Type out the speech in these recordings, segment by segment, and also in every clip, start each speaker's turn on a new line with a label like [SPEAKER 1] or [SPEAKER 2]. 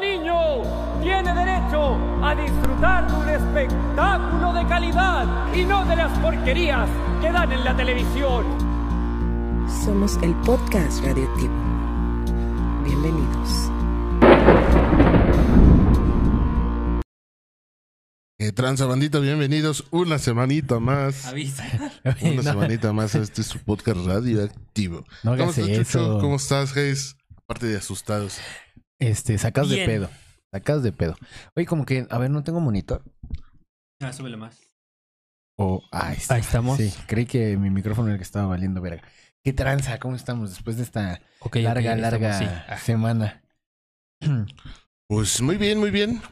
[SPEAKER 1] niño tiene derecho a disfrutar de un espectáculo de calidad y no de las porquerías que dan en la televisión.
[SPEAKER 2] Somos el podcast radioactivo. Bienvenidos.
[SPEAKER 3] Eh, Transabandita, bienvenidos una semanita más.
[SPEAKER 4] Avisa.
[SPEAKER 3] Una
[SPEAKER 4] No.
[SPEAKER 3] semanita más a este su podcast radioactivo.
[SPEAKER 5] No
[SPEAKER 3] ¿Cómo
[SPEAKER 5] hagas
[SPEAKER 3] estás, Chucho?
[SPEAKER 5] eso.
[SPEAKER 3] ¿Cómo estás, Geis? Aparte de asustados.
[SPEAKER 5] Este, sacas
[SPEAKER 4] Bien.
[SPEAKER 5] de pedo. Sacas de pedo. Oye, como que, a ver, no tengo monitor.
[SPEAKER 4] Ah, súbele más.
[SPEAKER 5] O, ahí, está.
[SPEAKER 4] Ahí estamos.
[SPEAKER 5] Sí, creí que mi micrófono era el que estaba valiendo verga. ¿Qué tranza? ¿Cómo estamos después de esta
[SPEAKER 4] Ok, ok,
[SPEAKER 5] larga,
[SPEAKER 4] ahí
[SPEAKER 5] larga
[SPEAKER 4] estamos, sí. Ah,
[SPEAKER 5] semana?
[SPEAKER 3] Pues muy bien, muy bien.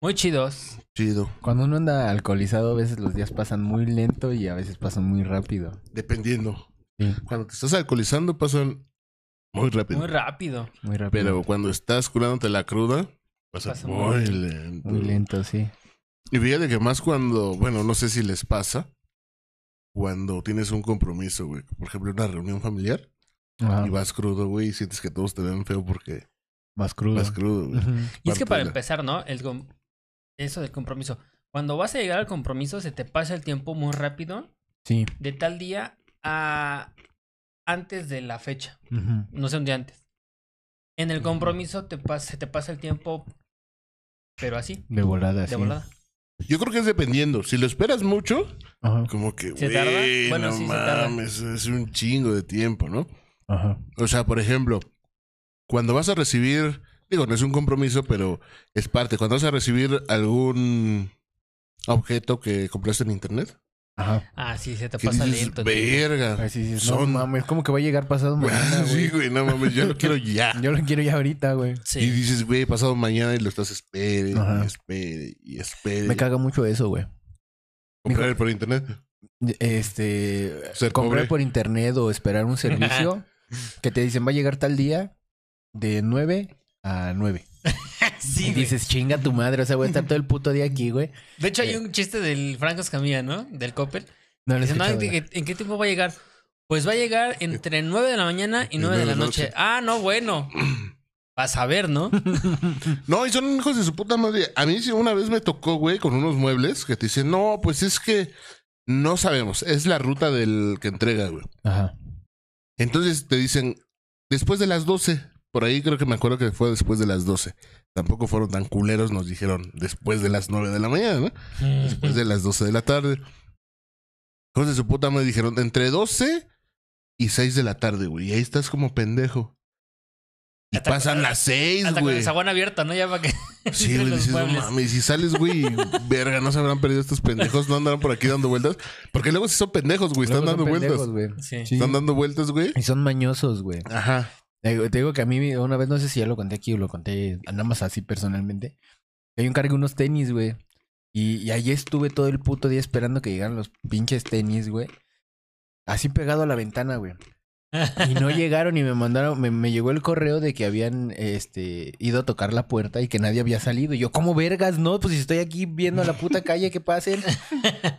[SPEAKER 4] Muy chidos.
[SPEAKER 3] Chido.
[SPEAKER 5] Cuando uno anda alcoholizado, a veces los días pasan muy lento y a veces pasan muy rápido.
[SPEAKER 3] Dependiendo.
[SPEAKER 5] Sí.
[SPEAKER 3] Cuando te estás alcoholizando pasan muy rápido.
[SPEAKER 4] Muy rápido.
[SPEAKER 5] Muy rápido.
[SPEAKER 3] Pero cuando estás curándote la cruda, pasa,
[SPEAKER 4] Pasa
[SPEAKER 3] muy,
[SPEAKER 4] muy
[SPEAKER 3] lento.
[SPEAKER 5] Muy lento, sí.
[SPEAKER 3] Y fíjate que más cuando, bueno, no sé si les pasa, cuando tienes un compromiso, güey. Por ejemplo, una reunión familiar
[SPEAKER 5] Ajá,
[SPEAKER 3] y vas crudo, güey, y sientes que todos te ven feo porque
[SPEAKER 5] Más crudo.
[SPEAKER 3] vas crudo, güey.
[SPEAKER 5] Ujú.
[SPEAKER 4] Y es que para
[SPEAKER 3] Partela.
[SPEAKER 4] empezar, ¿no? El com- Eso del compromiso. Cuando vas a llegar al compromiso, se te pasa el tiempo muy rápido
[SPEAKER 5] Sí.
[SPEAKER 4] de tal día a antes de la fecha.
[SPEAKER 5] Ujú.
[SPEAKER 4] No sé, un día antes. En el compromiso te pas- se te pasa el tiempo, pero así,
[SPEAKER 5] De volada, sí.
[SPEAKER 4] de volada.
[SPEAKER 3] Yo creo que es dependiendo. Si lo esperas mucho,
[SPEAKER 5] Ajá,
[SPEAKER 3] como que,
[SPEAKER 4] ¿Se tarda?
[SPEAKER 3] güey,
[SPEAKER 4] Bueno,
[SPEAKER 3] no
[SPEAKER 4] sí, se tarda.
[SPEAKER 3] mames, es un chingo de tiempo, ¿no?
[SPEAKER 5] ajá.
[SPEAKER 3] O sea, por ejemplo, cuando vas a recibir, digo, no es un compromiso, pero es parte. Cuando vas a recibir algún objeto que compraste en internet,
[SPEAKER 5] Ajá.
[SPEAKER 4] Ah, sí, se te
[SPEAKER 3] que
[SPEAKER 4] pasa
[SPEAKER 3] dices,
[SPEAKER 4] lento. tío.
[SPEAKER 3] verga.
[SPEAKER 5] Así, sí, no
[SPEAKER 3] son-
[SPEAKER 5] mames, como que va a llegar pasado mañana,
[SPEAKER 3] sí,
[SPEAKER 5] güey.
[SPEAKER 3] güey, no mames, yo lo quiero ya.
[SPEAKER 5] Yo lo quiero ya ahorita, güey.
[SPEAKER 3] Y
[SPEAKER 4] Sí.
[SPEAKER 3] dices, güey, pasado mañana y lo estás espere,
[SPEAKER 5] Ajá.
[SPEAKER 3] y espere, y espere.
[SPEAKER 5] Me caga mucho eso, güey.
[SPEAKER 3] Comprar por internet.
[SPEAKER 5] Este,
[SPEAKER 3] Ser
[SPEAKER 5] comprar
[SPEAKER 3] pobre.
[SPEAKER 5] por internet o esperar un servicio que te dicen va a llegar tal día de 9 a 9.
[SPEAKER 4] Sí,
[SPEAKER 5] y
[SPEAKER 4] güey.
[SPEAKER 5] dices, chinga tu madre, o sea, voy a estar todo el puto día aquí, güey.
[SPEAKER 4] De hecho, hay un chiste del Franco Escamilla, ¿no? Del Coppel.
[SPEAKER 5] No lo he
[SPEAKER 4] Dice, no,
[SPEAKER 5] escuchado.
[SPEAKER 4] ¿en, qué, en qué tiempo va a llegar? Pues va a llegar entre 9 de la mañana y 9 de la noche. Ah, no, bueno. Vas a ver, ¿no?
[SPEAKER 3] No, y son hijos de su puta madre. A mí sí una vez me tocó, güey, con unos muebles que te dicen, no, pues es que no sabemos. Es la ruta del que entrega, güey.
[SPEAKER 5] Ajá.
[SPEAKER 3] Entonces te dicen, después de las 12. Por ahí creo que me acuerdo que fue después de las 12. Tampoco fueron tan culeros, nos dijeron después de las 9 de la mañana, ¿no? Después de las 12 de la tarde. Hijos de su puta madre dijeron, entre 12 y 6 de la tarde, güey. Y ahí estás como pendejo. Y
[SPEAKER 4] Hasta-
[SPEAKER 3] pasan las 6,
[SPEAKER 4] Hasta con
[SPEAKER 3] güey.
[SPEAKER 4] el sabón abierto, ¿no? Ya para que.
[SPEAKER 3] Sí,
[SPEAKER 4] entre
[SPEAKER 3] güey,
[SPEAKER 4] los
[SPEAKER 3] dices, no
[SPEAKER 4] muebles.
[SPEAKER 3] mames, si sales, güey, verga, no se habrán perdido estos pendejos, no andarán por aquí dando vueltas. Porque luego sí son pendejos, güey, están
[SPEAKER 5] Luego son
[SPEAKER 3] dando vueltas.
[SPEAKER 5] pendejos, güey.
[SPEAKER 4] Sí.
[SPEAKER 5] Sí.
[SPEAKER 3] Están dando vueltas, güey.
[SPEAKER 5] Y son mañosos, güey.
[SPEAKER 3] Ajá.
[SPEAKER 5] Te digo- te digo que a mí una vez, no sé si ya lo conté aquí o lo conté nada más así personalmente. Yo encargué unos tenis, güey. Y, y ahí estuve todo el puto día esperando que llegaran los pinches tenis, güey. Así pegado a la ventana, güey. Y no llegaron y me mandaron, me, me llegó el correo de que habían este, ido a tocar la puerta y que nadie había salido. Y yo, ¿cómo vergas? No, pues si estoy aquí viendo a la puta calle que pasen.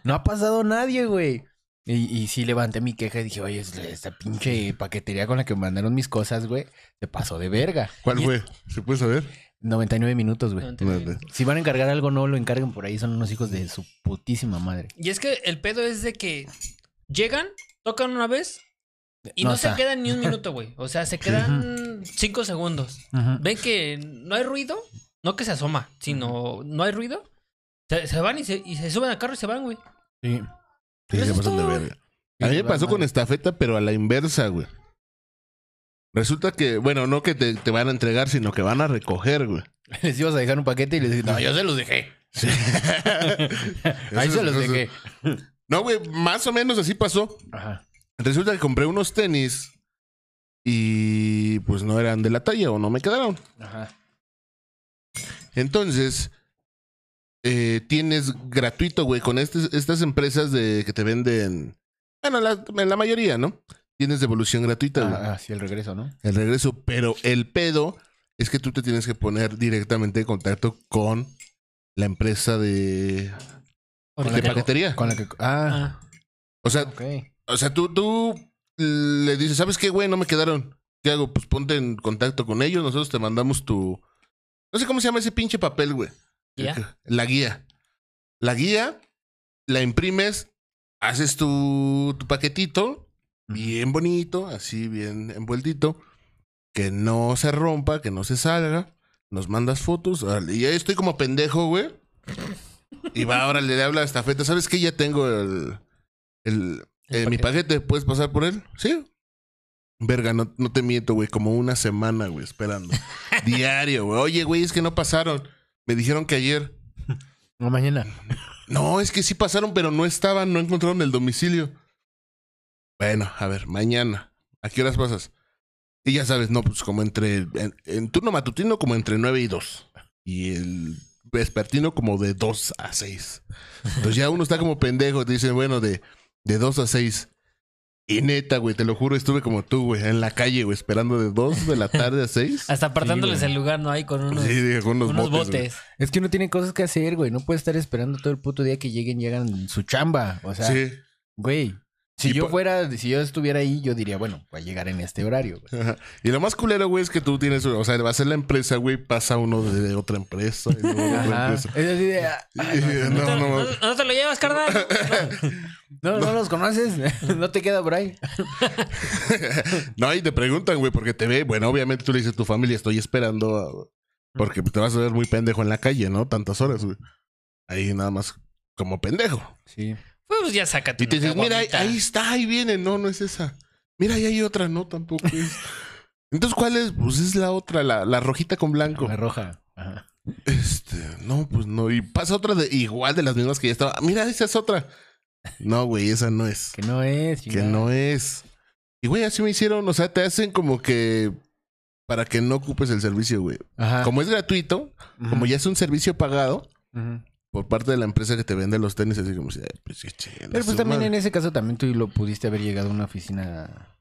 [SPEAKER 5] No ha pasado nadie, güey. Y, y sí levanté mi queja y dije, oye, es- esta pinche paquetería con la que me mandaron mis cosas, güey, se pasó de verga.
[SPEAKER 3] ¿Cuál
[SPEAKER 4] Y-
[SPEAKER 3] fue? ¿Se puede saber?
[SPEAKER 5] 99 minutos, güey.
[SPEAKER 3] Vale.
[SPEAKER 5] Si van a encargar algo, no lo encarguen por ahí. Son unos hijos de su putísima madre.
[SPEAKER 4] Y es que el pedo es de que llegan, tocan una vez y no,
[SPEAKER 5] No
[SPEAKER 4] se
[SPEAKER 5] está.
[SPEAKER 4] quedan ni un minuto, güey. O sea, se quedan 5 segundos. ven que no hay ruido, no que se asoma, sino no hay ruido, se, se van y se, y se suben al carro y se van, güey.
[SPEAKER 5] Sí.
[SPEAKER 3] Sí,
[SPEAKER 4] Pero
[SPEAKER 3] se
[SPEAKER 4] eso es
[SPEAKER 3] pasan de
[SPEAKER 4] todo.
[SPEAKER 3] verga. A mí me pasó con estafeta, pero a la inversa, güey. Resulta que, bueno, no que te, te van a entregar, sino que van a recoger, güey.
[SPEAKER 5] Les ibas a dejar un paquete y les dije, no, yo se los dejé. Ahí
[SPEAKER 3] Eso
[SPEAKER 5] se
[SPEAKER 3] es-
[SPEAKER 5] los
[SPEAKER 3] eso es-
[SPEAKER 5] dejé.
[SPEAKER 3] No, güey, más o menos así pasó.
[SPEAKER 5] Ajá.
[SPEAKER 3] Resulta que compré unos tenis y pues no eran de la talla o no me quedaron.
[SPEAKER 5] Ajá.
[SPEAKER 3] Entonces, eh, tienes gratuito, güey, con estes- estas empresas de que te venden, bueno, la, en la mayoría, ¿no? Tienes devolución gratuita, güey,
[SPEAKER 5] Ah, ah, sí, el regreso, ¿no?
[SPEAKER 3] el regreso, pero el pedo es que tú te tienes que poner directamente en contacto con la empresa de,
[SPEAKER 5] Con
[SPEAKER 3] de
[SPEAKER 5] la que-
[SPEAKER 3] paquetería.
[SPEAKER 5] Con la que. Ah,
[SPEAKER 4] Ah,
[SPEAKER 3] O sea,
[SPEAKER 5] ok.
[SPEAKER 3] O sea, tú, tú le dices, ¿sabes qué, güey? No me quedaron. ¿Qué hago? Pues ponte en contacto con ellos, nosotros te mandamos tu, No sé cómo se llama ese pinche papel, güey.
[SPEAKER 4] ¿Ya?
[SPEAKER 3] La guía. La guía, la imprimes, haces tu, tu paquetito, bien bonito, así bien envueltito, que no se rompa, que no se salga. Nos mandas fotos, órale, y ahí estoy como pendejo, güey. Y va, ahora le habla a estafeta. ¿Sabes qué? Ya tengo el. el,
[SPEAKER 4] El
[SPEAKER 3] eh, mi
[SPEAKER 4] paquete.
[SPEAKER 3] paquete, ¿puedes pasar por él? Sí. Verga, no, no te miento, güey. Como una semana, güey, esperando. Diario, güey. Oye, güey, es que no pasaron. Me dijeron que ayer.
[SPEAKER 5] No, mañana.
[SPEAKER 3] No, es que sí pasaron, pero no estaban, no encontraron el domicilio. Bueno, a ver, mañana. ¿A qué horas pasas? Y ya sabes, no, pues como entre. En, en turno matutino, como entre 9 y 2. Y el vespertino, como de 2 a 6. Entonces ya uno está como pendejo, te dicen, bueno, de, de 2 a 6. Y neta, güey, te lo juro, estuve como tú, güey, en la calle, güey, esperando de 2 de la tarde a 6.
[SPEAKER 4] Hasta apartándoles el lugar, ¿no? Ahí con unos,
[SPEAKER 3] Pues Sí, dije, con unos,
[SPEAKER 4] unos
[SPEAKER 3] botes.
[SPEAKER 4] botes.
[SPEAKER 3] güey.
[SPEAKER 5] Es que uno tiene cosas que hacer, güey. No puede estar esperando todo el puto día que lleguen, llegan su chamba. O sea,
[SPEAKER 3] Sí.
[SPEAKER 5] güey. Si
[SPEAKER 3] Y
[SPEAKER 5] yo
[SPEAKER 3] pa-
[SPEAKER 5] fuera, si yo estuviera ahí, yo diría, bueno, voy a llegar en este horario, güey.
[SPEAKER 3] Ajá. Y lo más culero, güey, es que tú tienes, o sea, va a ser la empresa, güey, pasa uno de, de otra empresa y luego de otra
[SPEAKER 5] Ajá. Es
[SPEAKER 3] empresa.
[SPEAKER 5] así de, ah,
[SPEAKER 3] Y- y-
[SPEAKER 4] ¿No, te-
[SPEAKER 3] no, no,
[SPEAKER 4] no- no te lo llevas, carnal?
[SPEAKER 5] no, no los conoces, no te queda por ahí.
[SPEAKER 3] no, y te preguntan, güey, porque te ve. Bueno, obviamente tú le dices a tu familia, estoy esperando, a- porque te vas a ver muy pendejo en la calle, ¿no? Tantas horas, güey. Ahí nada más como pendejo.
[SPEAKER 5] Sí.
[SPEAKER 4] Pues ya sácate.
[SPEAKER 3] Y te
[SPEAKER 4] una
[SPEAKER 3] dices, mira, ahí,
[SPEAKER 4] caguamita".
[SPEAKER 3] ahí está, ahí viene. No, no es esa. Mira, ahí hay otra, no, tampoco es. Entonces, ¿cuál es? Pues es la otra, la, la rojita con blanco.
[SPEAKER 5] La roja. Ajá.
[SPEAKER 3] Este, no, pues no. Y pasa otra de igual de las mismas que ya estaba. Mira, esa es otra. No, güey, esa no es.
[SPEAKER 5] Que no es.
[SPEAKER 3] Que no es. Y güey, así me hicieron. O sea, te hacen como que para que no ocupes el servicio, güey.
[SPEAKER 5] Ajá.
[SPEAKER 3] Como es gratuito, como ya es un servicio pagado
[SPEAKER 5] Ujú.
[SPEAKER 3] por parte de la empresa que te vende los tenis, así como si. ay, Pues, qué chinga
[SPEAKER 5] Pero
[SPEAKER 3] su
[SPEAKER 5] pues también
[SPEAKER 3] madre.
[SPEAKER 5] en ese caso también tú lo pudiste haber llegado a una oficina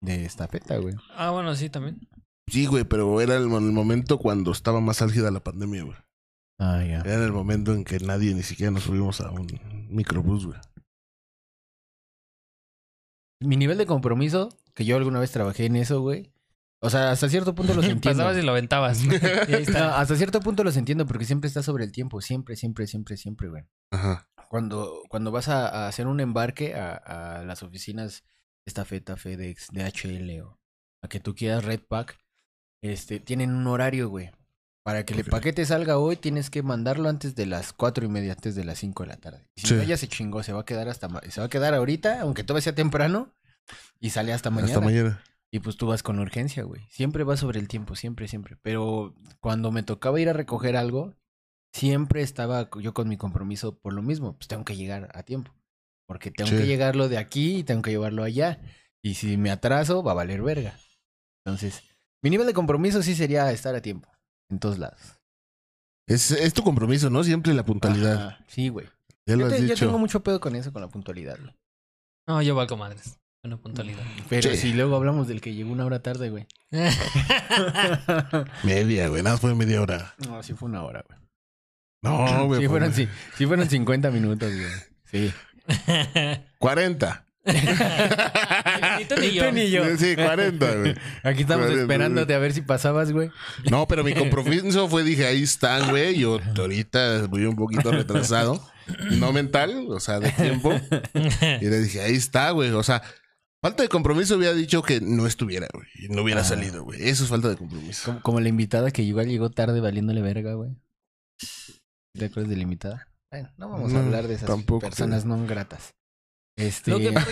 [SPEAKER 5] de estafeta, güey.
[SPEAKER 4] Ah, bueno, sí, también.
[SPEAKER 3] Sí, güey, pero era el, mo- el momento cuando estaba más álgida la pandemia, güey.
[SPEAKER 5] Ah, ya.
[SPEAKER 3] Era el momento en que nadie ni siquiera nos subimos a un microbús, güey.
[SPEAKER 5] Mi nivel de compromiso, que yo alguna vez trabajé en eso, güey. O sea, hasta cierto punto los entiendo.
[SPEAKER 4] Pasabas y lo aventabas. Y ahí
[SPEAKER 5] No,
[SPEAKER 4] está.
[SPEAKER 5] hasta cierto punto los entiendo porque siempre está sobre el tiempo. Siempre, siempre, siempre, siempre, güey.
[SPEAKER 3] Ajá.
[SPEAKER 5] Cuando, cuando vas a, a hacer un embarque a, a las oficinas Estafeta, FedEx, DHL o a que tú quieras Redpack, este, tienen un horario, güey. Para que el
[SPEAKER 3] Ok.
[SPEAKER 5] paquete salga hoy, tienes que mandarlo antes de las cuatro y media, antes de las cinco de la tarde. Si
[SPEAKER 3] Sí.
[SPEAKER 5] no, ya se chingó, se va a quedar hasta ma- se va a quedar ahorita, aunque todavía sea temprano, y sale hasta mañana.
[SPEAKER 3] Hasta mañana.
[SPEAKER 5] Y pues tú vas con urgencia, güey. Siempre vas sobre el tiempo, siempre, siempre. Pero cuando me tocaba ir a recoger algo, siempre estaba co- yo con mi compromiso por lo mismo. Pues tengo que llegar a tiempo. Porque tengo
[SPEAKER 3] Sí.
[SPEAKER 5] que llegarlo de aquí y tengo que llevarlo allá. Y si me atraso, va a valer verga. Entonces, mi nivel de compromiso sí sería estar a tiempo. En todos lados.
[SPEAKER 3] Es, es tu compromiso, ¿no? Siempre la puntualidad.
[SPEAKER 5] Ajá, Sí, güey.
[SPEAKER 3] Ya lo
[SPEAKER 5] Yo,
[SPEAKER 3] has
[SPEAKER 5] te- yo tengo
[SPEAKER 3] dicho.
[SPEAKER 5] mucho pedo con eso, con la puntualidad, güey.
[SPEAKER 4] No, yo valgo madres. Una puntualidad.
[SPEAKER 5] Pero
[SPEAKER 3] Sí.
[SPEAKER 5] si luego hablamos del que llegó una hora tarde, güey.
[SPEAKER 3] Media, güey. Nada, más fue media hora.
[SPEAKER 5] No, sí fue una hora, güey.
[SPEAKER 3] No, güey.
[SPEAKER 5] Sí
[SPEAKER 3] fue
[SPEAKER 5] fueron,
[SPEAKER 3] media-
[SPEAKER 5] sí, sí fueron 50 minutos, güey. Sí.
[SPEAKER 3] 40.
[SPEAKER 4] Ni tú ni yo.
[SPEAKER 3] Sí, 40, güey.
[SPEAKER 5] Aquí estamos
[SPEAKER 3] Cuarenta,
[SPEAKER 5] esperándote a ver si pasabas, güey.
[SPEAKER 3] No, pero mi compromiso fue, dije, ahí están, güey. Yo ahorita voy un poquito retrasado. No mental, o sea, de tiempo. Y le dije, ahí está, güey. O sea, falta de compromiso hubiera dicho que no estuviera, güey. y No hubiera
[SPEAKER 5] Ah.
[SPEAKER 3] salido, güey. Eso es falta de compromiso.
[SPEAKER 5] Como, como la invitada que igual llegó tarde valiéndole verga, güey. ¿Te acuerdas de la invitada? Bueno, no vamos
[SPEAKER 3] No,
[SPEAKER 5] a hablar de esas
[SPEAKER 3] tampoco,
[SPEAKER 5] personas no gratas. Este,
[SPEAKER 4] Lo que, por-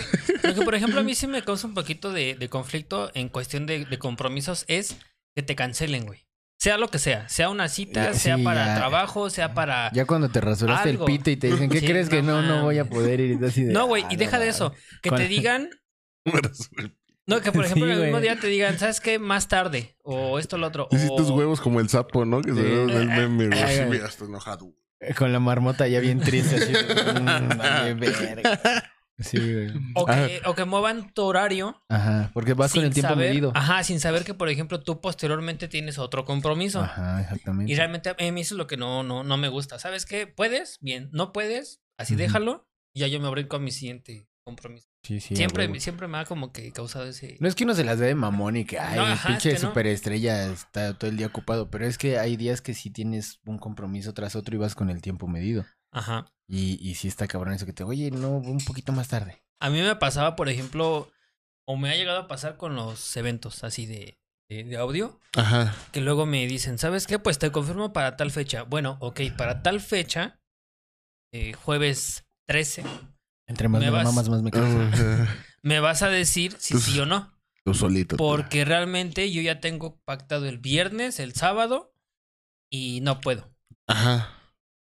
[SPEAKER 4] lo que, por ejemplo, a mí sí me causa un poquito de, de conflicto en cuestión de, de compromisos es que te cancelen, güey. Sea lo que sea, sea una cita,
[SPEAKER 5] Ya,
[SPEAKER 4] sea
[SPEAKER 5] sí,
[SPEAKER 4] para
[SPEAKER 5] ya.
[SPEAKER 4] trabajo, sea para...
[SPEAKER 5] ya cuando te rasuraste
[SPEAKER 4] Algo.
[SPEAKER 5] el pito y te dicen, ¿qué
[SPEAKER 4] Sí,
[SPEAKER 5] crees que
[SPEAKER 4] no
[SPEAKER 5] no, no voy a
[SPEAKER 4] mames.
[SPEAKER 5] poder ir? Y tú así de,
[SPEAKER 4] No, güey,
[SPEAKER 5] "Ah,
[SPEAKER 4] y deja de
[SPEAKER 5] mames".
[SPEAKER 4] eso. Que
[SPEAKER 5] Con-
[SPEAKER 4] te digan... No, que por
[SPEAKER 5] Sí,
[SPEAKER 4] ejemplo el mismo
[SPEAKER 5] güey.
[SPEAKER 4] día te digan, ¿sabes qué? Más tarde. O esto, lo otro.
[SPEAKER 3] Hiciste
[SPEAKER 4] o- Eh,
[SPEAKER 3] tus huevos como el sapo, ¿no? Que se
[SPEAKER 5] Sí.
[SPEAKER 3] ve en el meme, güey.
[SPEAKER 5] Ay,
[SPEAKER 3] Sí,
[SPEAKER 5] güey.
[SPEAKER 3] mira, hasta enojado.
[SPEAKER 5] Con la marmota ya bien triste, así de, "Mm, vale, verga". Sí, güey.
[SPEAKER 4] o que, o que muevan tu horario
[SPEAKER 5] Ajá, porque Ah. vas con
[SPEAKER 4] sin
[SPEAKER 5] el tiempo
[SPEAKER 4] saber-
[SPEAKER 5] medido.
[SPEAKER 4] Ajá, sin saber que, por ejemplo, tú posteriormente tienes otro compromiso.
[SPEAKER 5] Ajá, exactamente.
[SPEAKER 4] Y realmente eh, a mí eso es lo que no, no, no me gusta. ¿Sabes qué? ¿Puedes? Bien. ¿No puedes? Así
[SPEAKER 5] Ujú.
[SPEAKER 4] déjalo. Y ya yo me abrí con mi siguiente compromiso.
[SPEAKER 5] Sí, sí. a
[SPEAKER 4] siempre,
[SPEAKER 5] huevo.
[SPEAKER 4] siempre me ha como que causado ese...
[SPEAKER 5] No es que uno se las ve de mamón y que, ay,
[SPEAKER 4] No, ajá,
[SPEAKER 5] pinche
[SPEAKER 4] es que no.
[SPEAKER 5] superestrella está todo el día ocupado, pero es que hay días que sí tienes un compromiso tras otro y vas con el tiempo medido.
[SPEAKER 4] Ajá.
[SPEAKER 5] Y, y sí está cabrón eso que te, oye, no, un poquito más tarde.
[SPEAKER 4] A mí me pasaba, por ejemplo, o me ha llegado a pasar con los eventos así de, de, de audio,
[SPEAKER 3] Ajá.
[SPEAKER 4] que luego me dicen, ¿sabes qué? Pues te confirmo para tal fecha. Bueno, ok, para tal fecha, eh, jueves 13,
[SPEAKER 5] Entre más
[SPEAKER 4] Me
[SPEAKER 5] me, la
[SPEAKER 4] vas-
[SPEAKER 5] mamas, más me cansas.
[SPEAKER 3] Ajá.
[SPEAKER 4] me vas a decir si
[SPEAKER 3] Uf.
[SPEAKER 4] sí o no.
[SPEAKER 3] Tú solito.
[SPEAKER 4] Porque realmente yo ya tengo pactado el viernes, el sábado, y no puedo.
[SPEAKER 3] Ajá.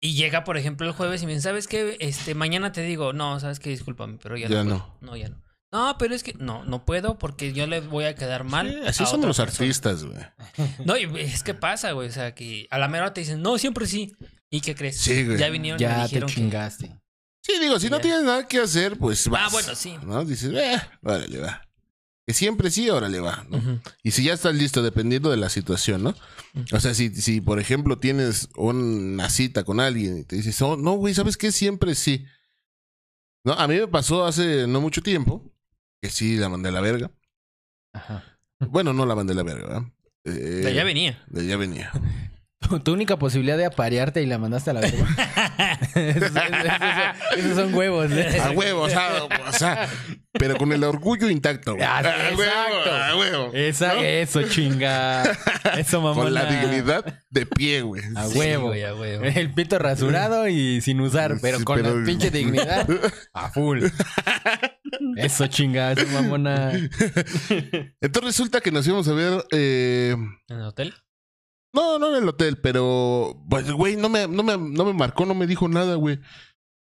[SPEAKER 4] Y llega, por ejemplo, el jueves y me dicen, ¿sabes qué? Este, mañana te digo, no, ¿sabes qué? Discúlpame, pero ya,
[SPEAKER 3] Ya
[SPEAKER 4] no.
[SPEAKER 3] no.
[SPEAKER 4] puedo". No, ya no. No, pero es que no, no puedo porque yo le voy a quedar mal.
[SPEAKER 3] Sí, así
[SPEAKER 4] a
[SPEAKER 3] somos
[SPEAKER 4] otra
[SPEAKER 3] los
[SPEAKER 4] persona".
[SPEAKER 3] artistas, güey.
[SPEAKER 4] No, y es que pasa, güey. O sea, que a la mera hora te dicen, no, siempre sí. ¿Y qué crees?
[SPEAKER 3] Sí, güey.
[SPEAKER 4] Ya vinieron y me
[SPEAKER 5] Ya te
[SPEAKER 4] dijeron que.
[SPEAKER 5] chingaste.
[SPEAKER 3] Sí, digo, si no
[SPEAKER 4] Ya.
[SPEAKER 3] tienes nada que hacer, pues vas.
[SPEAKER 4] Ah, bueno, sí.
[SPEAKER 3] ¿No? Dices, eh, órale, va. Que siempre sí, órale, va. ¿no?
[SPEAKER 4] Ujú.
[SPEAKER 3] Y si ya estás listo, dependiendo de la situación, ¿no? O sea, si, si por ejemplo tienes una cita con alguien y te dices, "Oh, no, güey, ¿sabes qué? Siempre sí. ¿No? A mí me pasó hace no mucho tiempo que sí la mandé a la verga.
[SPEAKER 5] Ajá.
[SPEAKER 3] Bueno, no la mandé a la verga, ¿verdad? Eh,
[SPEAKER 4] De allá venía.
[SPEAKER 3] De allá venía.
[SPEAKER 5] Tu, tu única posibilidad de aparearte y la mandaste a la verga. Esos- esos- esos son huevos. ¿eh?
[SPEAKER 3] A huevo, o sea, o sea, pero con el orgullo intacto, güey.
[SPEAKER 5] Ah, sí,
[SPEAKER 3] A huevo,
[SPEAKER 5] exacto. Eh,
[SPEAKER 3] a huevo.
[SPEAKER 5] Esa,
[SPEAKER 3] ¿No?
[SPEAKER 5] Eso, chinga. Eso, mamá.
[SPEAKER 3] Con la dignidad de pie, güey.
[SPEAKER 5] A
[SPEAKER 3] Sí.
[SPEAKER 5] huevo.
[SPEAKER 4] güey, a huevo.
[SPEAKER 5] El pito rasurado y sin usar, pero
[SPEAKER 3] Sí,
[SPEAKER 5] con
[SPEAKER 3] pero-
[SPEAKER 5] la pinche dignidad a full. Eso chinga, eso mamona.
[SPEAKER 3] Entonces resulta que nos íbamos a ver. eh,
[SPEAKER 4] ¿En el hotel?
[SPEAKER 3] no, no en el hotel, pero. Pues, güey, no me, no, me, no me marcó, no me dijo nada, güey.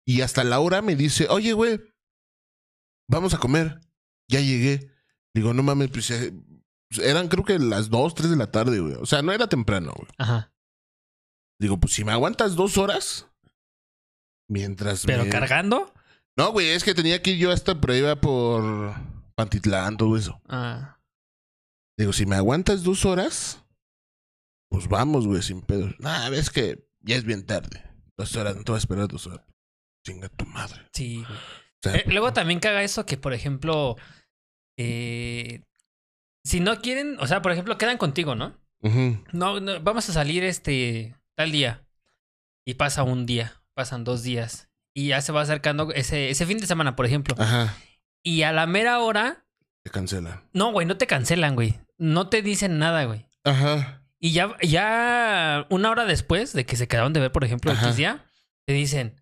[SPEAKER 3] Y hasta la hora me dice, oye, güey, vamos a comer. Ya llegué. Digo, no mames, pues. eh, Eran creo que las 2, 3 de la tarde, güey. O sea, no era temprano, güey.
[SPEAKER 4] Ajá.
[SPEAKER 3] Digo, pues si me aguantas dos horas. Mientras.
[SPEAKER 4] ¿Pero
[SPEAKER 3] me-
[SPEAKER 4] cargando?
[SPEAKER 3] No, güey, es que tenía que ir yo hasta por ahí, va por Pantitlán, todo eso.
[SPEAKER 4] Ah.
[SPEAKER 3] Digo, si me aguantas dos horas, pues vamos, güey, sin pedos. Nada, ves que ya es bien tarde. Dos horas, no te vas a esperar dos horas. Chinga tu madre.
[SPEAKER 4] Sí, güey.
[SPEAKER 3] O sea,
[SPEAKER 4] Eh, luego también caga eso que, por ejemplo, eh, si no quieren, o sea, por ejemplo, quedan contigo, ¿no?
[SPEAKER 3] ujú.
[SPEAKER 4] No, no, vamos a salir este tal día. Y pasa un día, pasan dos días. Y ya se va acercando ese, ese fin de semana, por ejemplo.
[SPEAKER 3] Ajá,
[SPEAKER 4] Y a la mera hora,
[SPEAKER 3] te cancelan.
[SPEAKER 4] no, güey, no te cancelan, güey. No te dicen nada, güey.
[SPEAKER 3] Ajá.
[SPEAKER 4] Y ya, ya una hora después de que se quedaron de ver, por ejemplo,
[SPEAKER 3] Ajá.
[SPEAKER 4] X día, te dicen,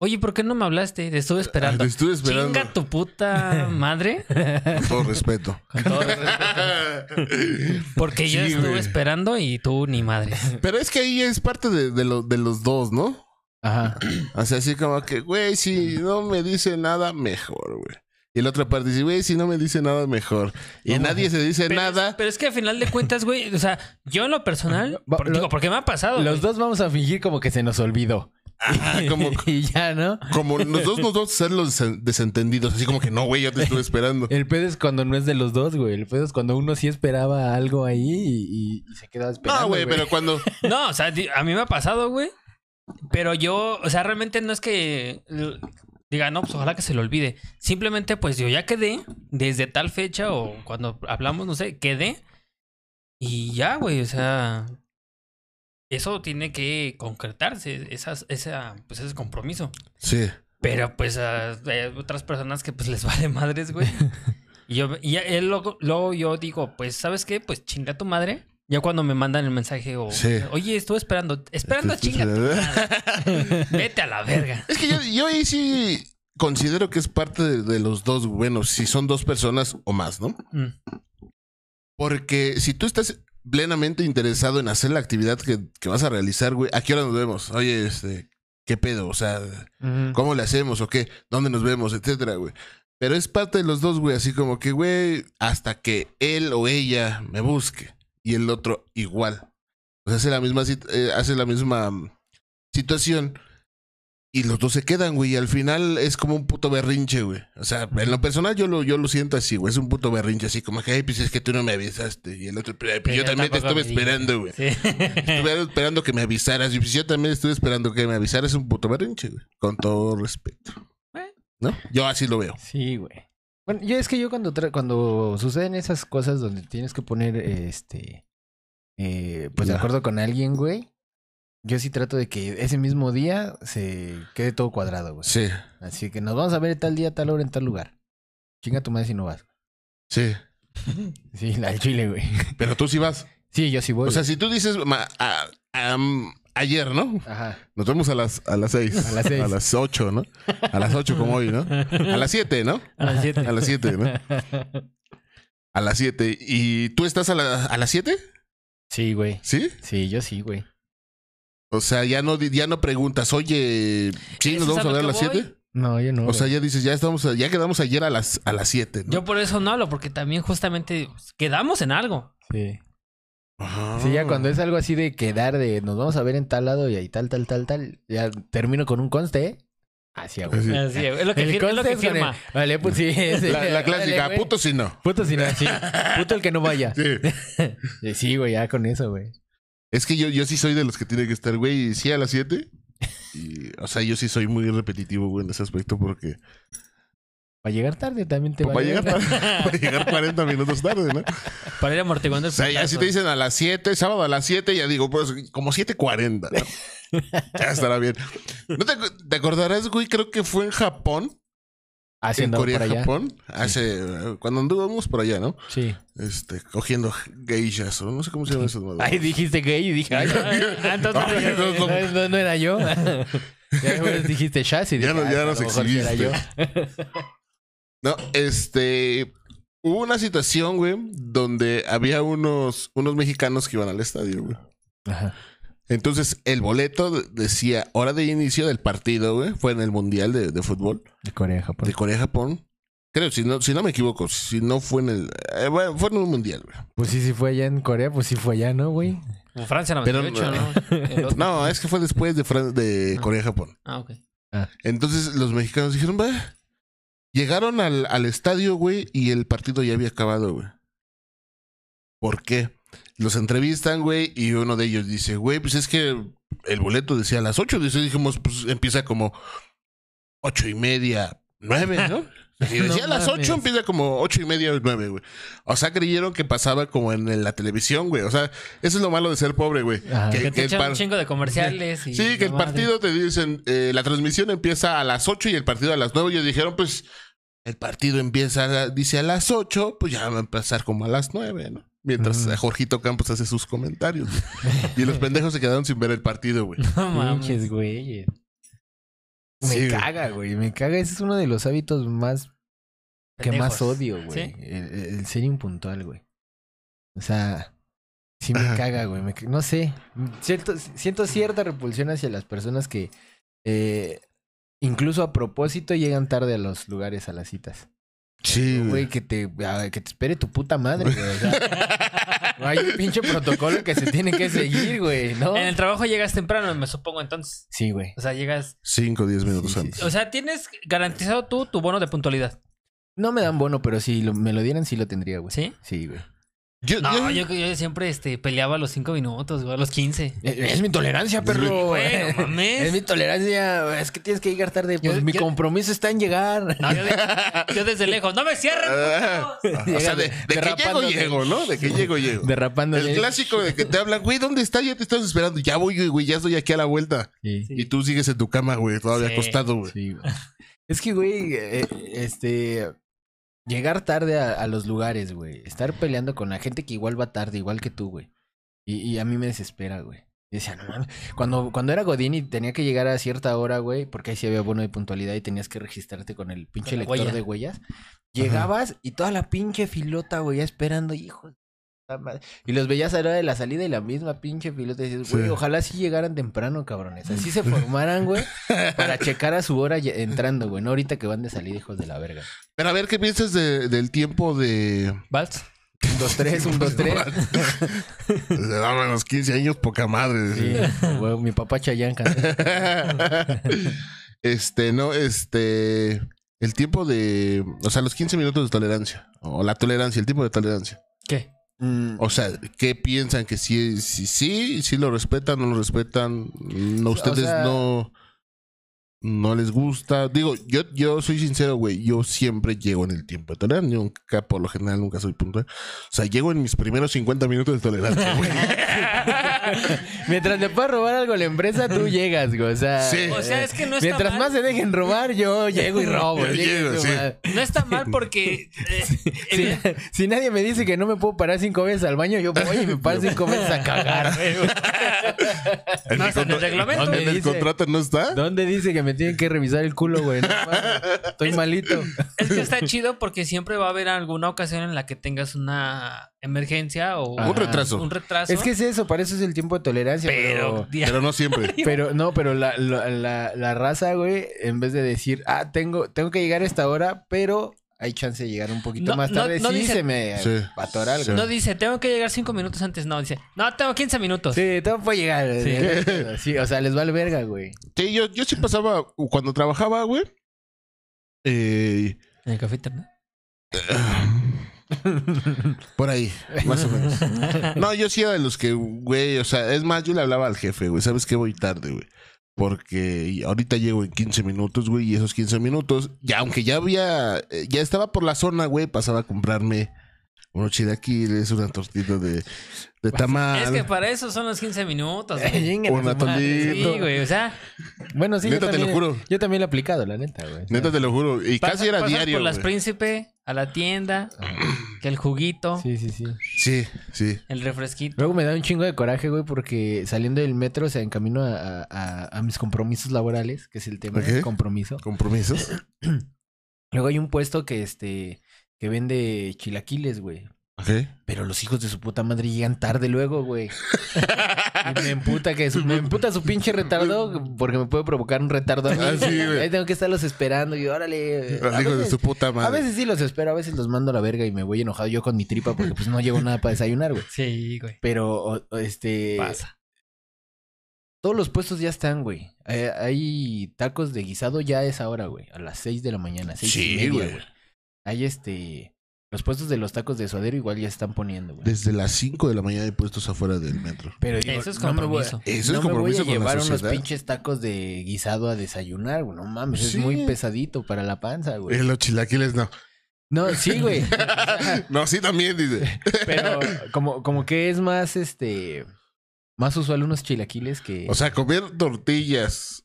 [SPEAKER 4] oye, ¿por qué no me hablaste? Te estuve
[SPEAKER 3] Ah,
[SPEAKER 4] esperando.
[SPEAKER 3] Te estuve esperando.
[SPEAKER 4] Chinga tu puta madre.
[SPEAKER 3] Con todo respeto.
[SPEAKER 4] Porque yo
[SPEAKER 3] Sí,
[SPEAKER 4] estuve
[SPEAKER 3] güey.
[SPEAKER 4] esperando y tú ni madre.
[SPEAKER 3] Pero es que ahí es parte de, de, lo- de los dos, ¿no?
[SPEAKER 5] Ajá.
[SPEAKER 3] O sea, así como que, güey, si no me dice nada, mejor, güey. Y la otra parte dice, güey, si no me dice nada, mejor. Y nadie se dice
[SPEAKER 4] Pero es-
[SPEAKER 3] nada.
[SPEAKER 4] Pero es que al final de cuentas, güey, o sea, yo en lo personal,
[SPEAKER 5] Va-
[SPEAKER 4] por-
[SPEAKER 5] lo-
[SPEAKER 4] digo, porque me ha pasado. güey.
[SPEAKER 5] Los dos vamos a fingir como que se nos olvidó.
[SPEAKER 3] Ah, como,
[SPEAKER 5] y ya, ¿no?
[SPEAKER 3] Como los dos nos vamos a hacer los desen- desentendidos, así como que no, güey, yo te estuve esperando.
[SPEAKER 5] El pedo es cuando no es de los dos, güey. El pedo es cuando uno sí esperaba algo ahí y, y- y se quedaba esperando.
[SPEAKER 3] No, güey, pero cuando.
[SPEAKER 4] No, o sea, di- a mí me ha pasado, güey. Pero yo, o sea, realmente no es que l- diga, no, pues ojalá que se lo olvide. Simplemente, pues yo ya quedé desde tal fecha o cuando hablamos, no sé, quedé. Y ya, güey, o sea, eso tiene que concretarse, esas, esa, pues ese compromiso.
[SPEAKER 3] Sí.
[SPEAKER 4] Pero pues a- hay otras personas que pues les vale madres, güey. Y yo y él luego, luego yo digo, pues ¿sabes qué? Pues chinga tu madre. Ya cuando me mandan el mensaje o
[SPEAKER 3] Sí.
[SPEAKER 4] oye, estuve esperando, esperando chinga tu madre. Vete a la verga.
[SPEAKER 3] Es que yo, yo ahí sí considero que es parte de, de los dos, bueno, si son dos personas o más, ¿no?
[SPEAKER 4] Mm.
[SPEAKER 3] Porque si tú estás plenamente interesado en hacer la actividad que, que vas a realizar, güey, ¿a qué hora nos vemos? Oye, este, ¿qué pedo? O sea,
[SPEAKER 5] Ujú.
[SPEAKER 3] ¿Cómo le hacemos o qué? ¿Dónde nos vemos? Etcétera, güey. Pero es parte de los dos, güey. Así como que, güey, hasta que él o ella me busque. Y el otro igual. O sea, hace la misma, sit- eh, hace la misma mm, situación. Y los dos se quedan, güey. Y al final es como un puto berrinche, güey. O sea, en lo personal yo lo, yo lo siento así, güey. Es un puto berrinche, así como que, ay, pues es que tú no me avisaste. Y el otro, "Pero, pues, yo
[SPEAKER 4] Pero
[SPEAKER 3] también te
[SPEAKER 4] tampoco
[SPEAKER 3] estuve
[SPEAKER 4] me dijiste".
[SPEAKER 3] esperando, güey.
[SPEAKER 4] Sí.
[SPEAKER 3] Estuve esperando que me avisaras. Y pues yo también estuve esperando que me avisaras un puto berrinche, güey. Con todo respeto.
[SPEAKER 4] Bueno.
[SPEAKER 3] ¿No? Yo así lo veo.
[SPEAKER 5] Sí, güey. Bueno, yo es que yo cuando, tra- cuando suceden esas cosas donde tienes que poner, este, eh, pues de
[SPEAKER 3] Ya.
[SPEAKER 5] acuerdo con alguien, güey, yo sí trato de que ese mismo día se quede todo cuadrado, güey.
[SPEAKER 3] Sí,
[SPEAKER 5] Así que nos vamos a ver tal día, tal hora, en tal lugar. Chinga tu madre si no vas.
[SPEAKER 3] sí.
[SPEAKER 5] Sí, la del chile, güey.
[SPEAKER 3] Pero tú sí vas.
[SPEAKER 5] Sí, yo sí voy.
[SPEAKER 3] O sea,
[SPEAKER 5] güey.
[SPEAKER 3] si tú dices ma- a- am, ayer, ¿no?
[SPEAKER 5] Ajá.
[SPEAKER 3] Nos vemos a las, a las seis.
[SPEAKER 5] A las seis.
[SPEAKER 3] A las ocho, ¿no? A las ocho como hoy, ¿no? A las siete, ¿no?
[SPEAKER 4] A las siete.
[SPEAKER 3] A las siete, ¿no? A las siete. ¿Y tú estás a, la- a las siete?
[SPEAKER 5] Sí, güey.
[SPEAKER 3] ¿Sí?
[SPEAKER 5] Sí, yo sí, güey.
[SPEAKER 3] O sea, ya no, di- ya no preguntas, oye, ¿sí nos
[SPEAKER 4] Eso es
[SPEAKER 3] vamos
[SPEAKER 4] a
[SPEAKER 3] a
[SPEAKER 4] lo
[SPEAKER 3] ver a
[SPEAKER 4] que
[SPEAKER 3] las
[SPEAKER 4] voy.
[SPEAKER 3] siete?
[SPEAKER 5] No, yo no.
[SPEAKER 3] O sea,
[SPEAKER 5] güey.
[SPEAKER 3] ya dices, ya estamos, a- ya quedamos ayer a las, a las siete, ¿no?
[SPEAKER 4] Yo por eso no hablo, porque también justamente quedamos en algo.
[SPEAKER 5] Sí.
[SPEAKER 3] Ah.
[SPEAKER 5] Sí, ya cuando es algo así de quedar de nos vamos a ver en tal lado y ahí tal, tal, tal, tal, ya termino con un conste, ¿eh? Así, güey.
[SPEAKER 3] Así.
[SPEAKER 4] Así, es lo que,
[SPEAKER 5] El
[SPEAKER 4] fir- es lo
[SPEAKER 5] conste
[SPEAKER 4] que
[SPEAKER 5] es con el-
[SPEAKER 4] firma.
[SPEAKER 5] Vale, pues sí. sí.
[SPEAKER 3] La, la clásica,
[SPEAKER 5] Vale, güey.
[SPEAKER 3] puto si no.
[SPEAKER 5] Puto si no, sí. Puto el que no vaya.
[SPEAKER 3] Sí.
[SPEAKER 5] Eh, Sí, güey, ya con eso, güey.
[SPEAKER 3] Es que yo, yo sí soy de los que tiene que estar, güey, y sí a las 7. Y, o sea, yo sí soy muy repetitivo, güey, en ese aspecto porque
[SPEAKER 5] Para llegar tarde también te
[SPEAKER 3] pues, va a
[SPEAKER 5] vale
[SPEAKER 3] llegar,
[SPEAKER 5] verga.
[SPEAKER 3] va a llegar 40 minutos tarde, ¿no?
[SPEAKER 4] Para ir amortiguando
[SPEAKER 3] O
[SPEAKER 4] el
[SPEAKER 3] sea, ya
[SPEAKER 4] putazo.
[SPEAKER 3] si te dicen a las 7, sábado a las 7, ya digo, pues como 7.40, ¿no? Ya estará bien. ¿No te, acu- te acordarás, güey? Creo que fue en Japón, en
[SPEAKER 5] Haciendo
[SPEAKER 3] Corea,
[SPEAKER 5] por allá.
[SPEAKER 3] Japón, hace, eh, cuando anduvimos por allá, ¿no?
[SPEAKER 5] Sí.
[SPEAKER 3] Este, cogiendo geishas, o no sé cómo se llaman esas madres.
[SPEAKER 5] Ahí dijiste gay y dije, ay,
[SPEAKER 4] Ah, entonces,
[SPEAKER 3] Ay,
[SPEAKER 4] ya-
[SPEAKER 3] no,
[SPEAKER 5] no, no, no era yo. ya después dijiste chas y dije,
[SPEAKER 3] Ya no-
[SPEAKER 5] ah,
[SPEAKER 3] ya
[SPEAKER 5] a
[SPEAKER 3] nos
[SPEAKER 5] lo mejor sí era yo.
[SPEAKER 3] No, este. Hubo una situación, güey, donde había unos, unos mexicanos que iban al estadio, güey.
[SPEAKER 5] Ajá.
[SPEAKER 3] Entonces, el boleto de- decía hora de inicio del partido, güey. Fue en el Mundial de, de Fútbol
[SPEAKER 5] De Corea, Japón.
[SPEAKER 3] de Corea-Japón. Creo, si no, si no me equivoco, si no fue en el. eh, bueno, fue en un Mundial, güey.
[SPEAKER 5] Pues sí, si fue allá en Corea, pues sí fue allá, ¿no, güey?
[SPEAKER 4] Como Francia
[SPEAKER 3] Pero eh.
[SPEAKER 4] 98, ¿no? El otro.
[SPEAKER 3] No, es que fue después de, Fran- de Corea-Japón.
[SPEAKER 4] Ah, ok.
[SPEAKER 3] Entonces, los mexicanos dijeron, va. Llegaron al, al estadio, güey, y el partido ya había acabado, güey. ¿Por qué? Los entrevistan, güey, y uno de ellos dice, güey, pues es que el boleto decía a las 8. Dice, dijimos, pues empieza como ocho y media, nueve, ¿no? Y
[SPEAKER 5] No
[SPEAKER 3] decía a las
[SPEAKER 5] mames.
[SPEAKER 3] 8, empieza como ocho y media o nueve, güey. O sea, creyeron que pasaba como en la televisión, güey. O sea, eso es lo malo de ser pobre, güey.
[SPEAKER 5] Ajá.
[SPEAKER 3] Que-
[SPEAKER 4] Que
[SPEAKER 3] que
[SPEAKER 4] te
[SPEAKER 3] el
[SPEAKER 4] echan
[SPEAKER 3] par-
[SPEAKER 4] un chingo de comerciales. Y
[SPEAKER 3] Sí, que el
[SPEAKER 4] la madre.
[SPEAKER 3] partido te dicen, eh, la transmisión empieza a las 8 y el partido a las 9. Ellos dijeron, pues, el partido empieza, a la- dice a las 8, pues ya va a empezar como a las 9, ¿no? Mientras
[SPEAKER 5] Mm.
[SPEAKER 3] eh, Jorgito Campos hace sus comentarios. y los pendejos se quedaron sin ver el partido, güey.
[SPEAKER 4] No mames.
[SPEAKER 5] Pinches, güey. Me
[SPEAKER 3] Sí, güey.
[SPEAKER 5] caga, güey. Me caga. Ese es uno de los hábitos más que más
[SPEAKER 4] Pendejos.
[SPEAKER 5] odio, güey.
[SPEAKER 4] ¿Sí?
[SPEAKER 5] El, el ser impuntual, güey. O sea, sí me
[SPEAKER 3] Ajá.
[SPEAKER 5] caga, güey. me ca- no sé. Siento, siento cierta repulsión hacia las personas que eh, incluso a propósito llegan tarde a los lugares, a las citas.
[SPEAKER 3] Sí,
[SPEAKER 5] Güey, que te, a- que te espere tu puta madre, güey. O sea, hay un pinche protocolo que se tiene que seguir, güey, ¿no?
[SPEAKER 4] En el trabajo llegas temprano, me supongo, entonces.
[SPEAKER 5] Sí, güey.
[SPEAKER 4] O sea, llegas...
[SPEAKER 3] 5 o 10 minutos
[SPEAKER 5] Sí, sí,
[SPEAKER 3] antes.
[SPEAKER 4] O sea, tienes garantizado tú tu bono de puntualidad,
[SPEAKER 5] No me dan bono, pero si lo- me lo dieran, sí lo tendría, güey.
[SPEAKER 4] ¿sí?
[SPEAKER 5] Sí, güey.
[SPEAKER 3] Yo-
[SPEAKER 4] No,
[SPEAKER 3] yo-
[SPEAKER 4] yo, yo siempre este, peleaba a los 5 minutos, güey, a los 15.
[SPEAKER 5] Eh, Es, mi tolerancia,
[SPEAKER 3] perro.
[SPEAKER 4] Güey, no mames.
[SPEAKER 5] Es mi tolerancia. Es que tienes que llegar tarde. Pues
[SPEAKER 4] Yo-
[SPEAKER 5] mi
[SPEAKER 4] yo-
[SPEAKER 5] compromiso está en llegar.
[SPEAKER 4] No, yo, de- yo desde lejos, ¡no me cierren!
[SPEAKER 3] Ah, o sea, de, de que llego,
[SPEAKER 5] Derrapándote.
[SPEAKER 3] llego, ¿no? De que llego, llego.
[SPEAKER 5] Derrapando.
[SPEAKER 3] El clásico de que te hablan, güey, ¿dónde está? Ya te estás esperando. Ya voy, güey, ya estoy aquí a la vuelta.
[SPEAKER 5] Sí,
[SPEAKER 4] Sí.
[SPEAKER 3] Y tú sigues en tu cama, güey, todavía
[SPEAKER 4] Sí.
[SPEAKER 3] acostado, güey.
[SPEAKER 5] sí, güey. Es que, güey, eh, este. Llegar tarde a, a los lugares, güey. Estar peleando con la gente que igual va tarde, igual que tú, güey. Y, y a mí me desespera, güey. Yo decía, no mames. Cuando, cuando era Godín y tenía que llegar a cierta hora, güey, porque ahí sí había bono de puntualidad y tenías que registrarte con el pinche
[SPEAKER 4] Con la
[SPEAKER 5] lector
[SPEAKER 4] huella.
[SPEAKER 5] de huellas. Llegabas y toda la pinche filota, güey, ya esperando, hijo. de puta madre. Y los veías a la hora de la salida y la misma pinche filota. Y dices, güey,
[SPEAKER 3] Sí.
[SPEAKER 5] ojalá sí llegaran temprano, cabrones. Así se formaran, güey, para checar a su hora ya- entrando, güey. No ahorita que van de salida, hijos de la verga.
[SPEAKER 3] Pero a ver, ¿qué piensas de- del tiempo de...
[SPEAKER 4] Vals.
[SPEAKER 5] Un, dos, tres, un, dos, tres.
[SPEAKER 3] Desde ahora a los 15 años, poca madre.
[SPEAKER 5] Sí, güey, mi papá Chayán
[SPEAKER 3] este, no, este... El tiempo de... O sea, los 15 minutos de tolerancia. O la tolerancia, el tiempo de tolerancia.
[SPEAKER 4] ¿Qué?
[SPEAKER 5] Mm.
[SPEAKER 3] O sea, ¿qué piensan? ¿Que sí, sí, sí, sí lo respetan, no lo respetan? No,
[SPEAKER 5] O
[SPEAKER 3] ustedes
[SPEAKER 5] sea-
[SPEAKER 3] no... no les gusta. Digo, yo, yo soy sincero, güey. Yo siempre llego en el tiempo de tolerancia. Yo nunca, por lo general, nunca soy puntual. O sea, llego en mis primeros 50 minutos de tolerancia, güey.
[SPEAKER 5] Mientras le puedas robar algo a la empresa, tú llegas, güey. O sea,
[SPEAKER 3] Sí.
[SPEAKER 4] O sea, es que no está
[SPEAKER 5] mientras
[SPEAKER 4] mal.
[SPEAKER 5] más se dejen robar, yo llego y robo.
[SPEAKER 3] Yo
[SPEAKER 5] llego y
[SPEAKER 3] llego, sí.
[SPEAKER 5] robo.
[SPEAKER 4] No está mal porque. eh,
[SPEAKER 5] Si,
[SPEAKER 4] evi-
[SPEAKER 5] si nadie me dice que no me puedo parar cinco veces al baño, yo voy y me paro cinco veces a cagar.
[SPEAKER 3] En
[SPEAKER 4] No,
[SPEAKER 3] mi
[SPEAKER 4] está en el
[SPEAKER 3] contra-
[SPEAKER 4] reglamento.
[SPEAKER 3] En el
[SPEAKER 5] Dice-
[SPEAKER 3] contrato no está.
[SPEAKER 5] ¿Dónde dice que me tienen que revisar el culo, güey? No mames, estoy malito.
[SPEAKER 4] Es que está chido porque siempre va a haber alguna ocasión en la que tengas una emergencia o
[SPEAKER 5] Ajá.
[SPEAKER 3] Un retraso.
[SPEAKER 4] un retraso.
[SPEAKER 5] Es que es eso, para eso es el tiempo de tolerancia.
[SPEAKER 4] pero,
[SPEAKER 5] Pero,
[SPEAKER 3] Pero no siempre.
[SPEAKER 5] pero no, pero la, la- la- la raza, güey, en vez de decir, ah, tengo, tengo que llegar a esta hora, pero hay chance de llegar un poquito
[SPEAKER 4] No,
[SPEAKER 5] más
[SPEAKER 4] no,
[SPEAKER 5] tarde.
[SPEAKER 4] no
[SPEAKER 5] sí,
[SPEAKER 4] dice-
[SPEAKER 5] se me
[SPEAKER 3] Sí.
[SPEAKER 5] atora algo.
[SPEAKER 3] Sí.
[SPEAKER 4] no dice, tengo que llegar cinco minutos antes. No, dice, no, tengo 15 minutos.
[SPEAKER 5] Sí, todo puede llegar.
[SPEAKER 4] Sí.
[SPEAKER 5] eh, Sí, o sea, les vale verga, güey.
[SPEAKER 3] Sí, yo, yo sí pasaba, cuando trabajaba, güey. eh,
[SPEAKER 4] En el café internet.
[SPEAKER 3] por ahí, más o menos. No, yo sí era de los que, güey, o sea, es más, yo le hablaba al jefe, güey, ¿sabes qué? Voy tarde, güey. Porque ahorita llego en 15 minutos, güey, y esos 15 minutos, ya aunque ya había, eh, ya estaba por la zona, güey, pasaba a comprarme unos chilaquiles, una tortita de, de tamal.
[SPEAKER 4] Es que
[SPEAKER 5] pues,
[SPEAKER 4] para eso son los 15 minutos. güey.
[SPEAKER 5] Chinga tu
[SPEAKER 3] Un
[SPEAKER 5] madre.
[SPEAKER 3] atolito.
[SPEAKER 4] Sí, güey, o sea,
[SPEAKER 5] Bueno, sí,
[SPEAKER 3] Neta,
[SPEAKER 5] yo
[SPEAKER 3] te
[SPEAKER 5] también,
[SPEAKER 3] lo juro.
[SPEAKER 5] Yo también lo he aplicado, la neta, güey.
[SPEAKER 3] Neta, te lo juro. Y
[SPEAKER 4] pasa-
[SPEAKER 3] casi era
[SPEAKER 4] pasas
[SPEAKER 3] diario.
[SPEAKER 4] por las
[SPEAKER 3] güey.
[SPEAKER 4] príncipe, a la tienda, que el juguito,
[SPEAKER 5] Sí, sí, sí.
[SPEAKER 3] Sí, sí.
[SPEAKER 4] el refresquito.
[SPEAKER 5] Luego me da un chingo de coraje, güey, porque saliendo del metro, o sea, en camino a, a- a mis compromisos laborales, que es el tema
[SPEAKER 3] Ok.
[SPEAKER 5] del compromiso.
[SPEAKER 3] Compromisos.
[SPEAKER 5] Luego hay un puesto que este que vende chilaquiles, güey.
[SPEAKER 3] Ok.
[SPEAKER 5] Pero los hijos de su puta madre llegan tarde luego, güey. Y me emputa que su, me emputa su pinche retardo porque me puede provocar un retardo a mí.
[SPEAKER 3] Ah, sí, güey.
[SPEAKER 5] Ahí tengo que estarlos esperando y órale.
[SPEAKER 3] Los
[SPEAKER 5] a
[SPEAKER 3] hijos de
[SPEAKER 5] veces-
[SPEAKER 3] su puta madre.
[SPEAKER 5] A veces sí los espero, a veces los mando a la verga y me voy enojado yo con mi tripa porque pues no llevo nada para desayunar, güey.
[SPEAKER 4] Sí, güey.
[SPEAKER 5] Pero o- o, este
[SPEAKER 4] Pasa.
[SPEAKER 5] todos los puestos ya están, güey. Eh, hay tacos de guisado ya a esa hora, güey, a las 6 de la mañana, seis y
[SPEAKER 3] Sí,
[SPEAKER 5] media,
[SPEAKER 3] güey.
[SPEAKER 5] güey. Hay este los puestos de los tacos de suadero igual ya están poniendo, güey.
[SPEAKER 3] Desde las 5 de la mañana hay puestos afuera del metro.
[SPEAKER 5] Pero eh, digo,
[SPEAKER 4] Eso es
[SPEAKER 5] no me voy a-
[SPEAKER 4] compromiso.
[SPEAKER 3] Eso
[SPEAKER 5] no
[SPEAKER 3] es compromiso
[SPEAKER 5] me
[SPEAKER 3] con la
[SPEAKER 5] voy a llevar unos
[SPEAKER 3] sociedad.
[SPEAKER 5] pinches tacos de guisado a desayunar, güey. No mames,
[SPEAKER 3] Sí.
[SPEAKER 5] es muy pesadito para la panza, güey.
[SPEAKER 3] Eh, los chilaquiles no.
[SPEAKER 5] No, sí, güey.
[SPEAKER 3] No, sí también, dice.
[SPEAKER 5] Pero como, como que es más, este, más usual unos chilaquiles que
[SPEAKER 3] O sea, comer tortillas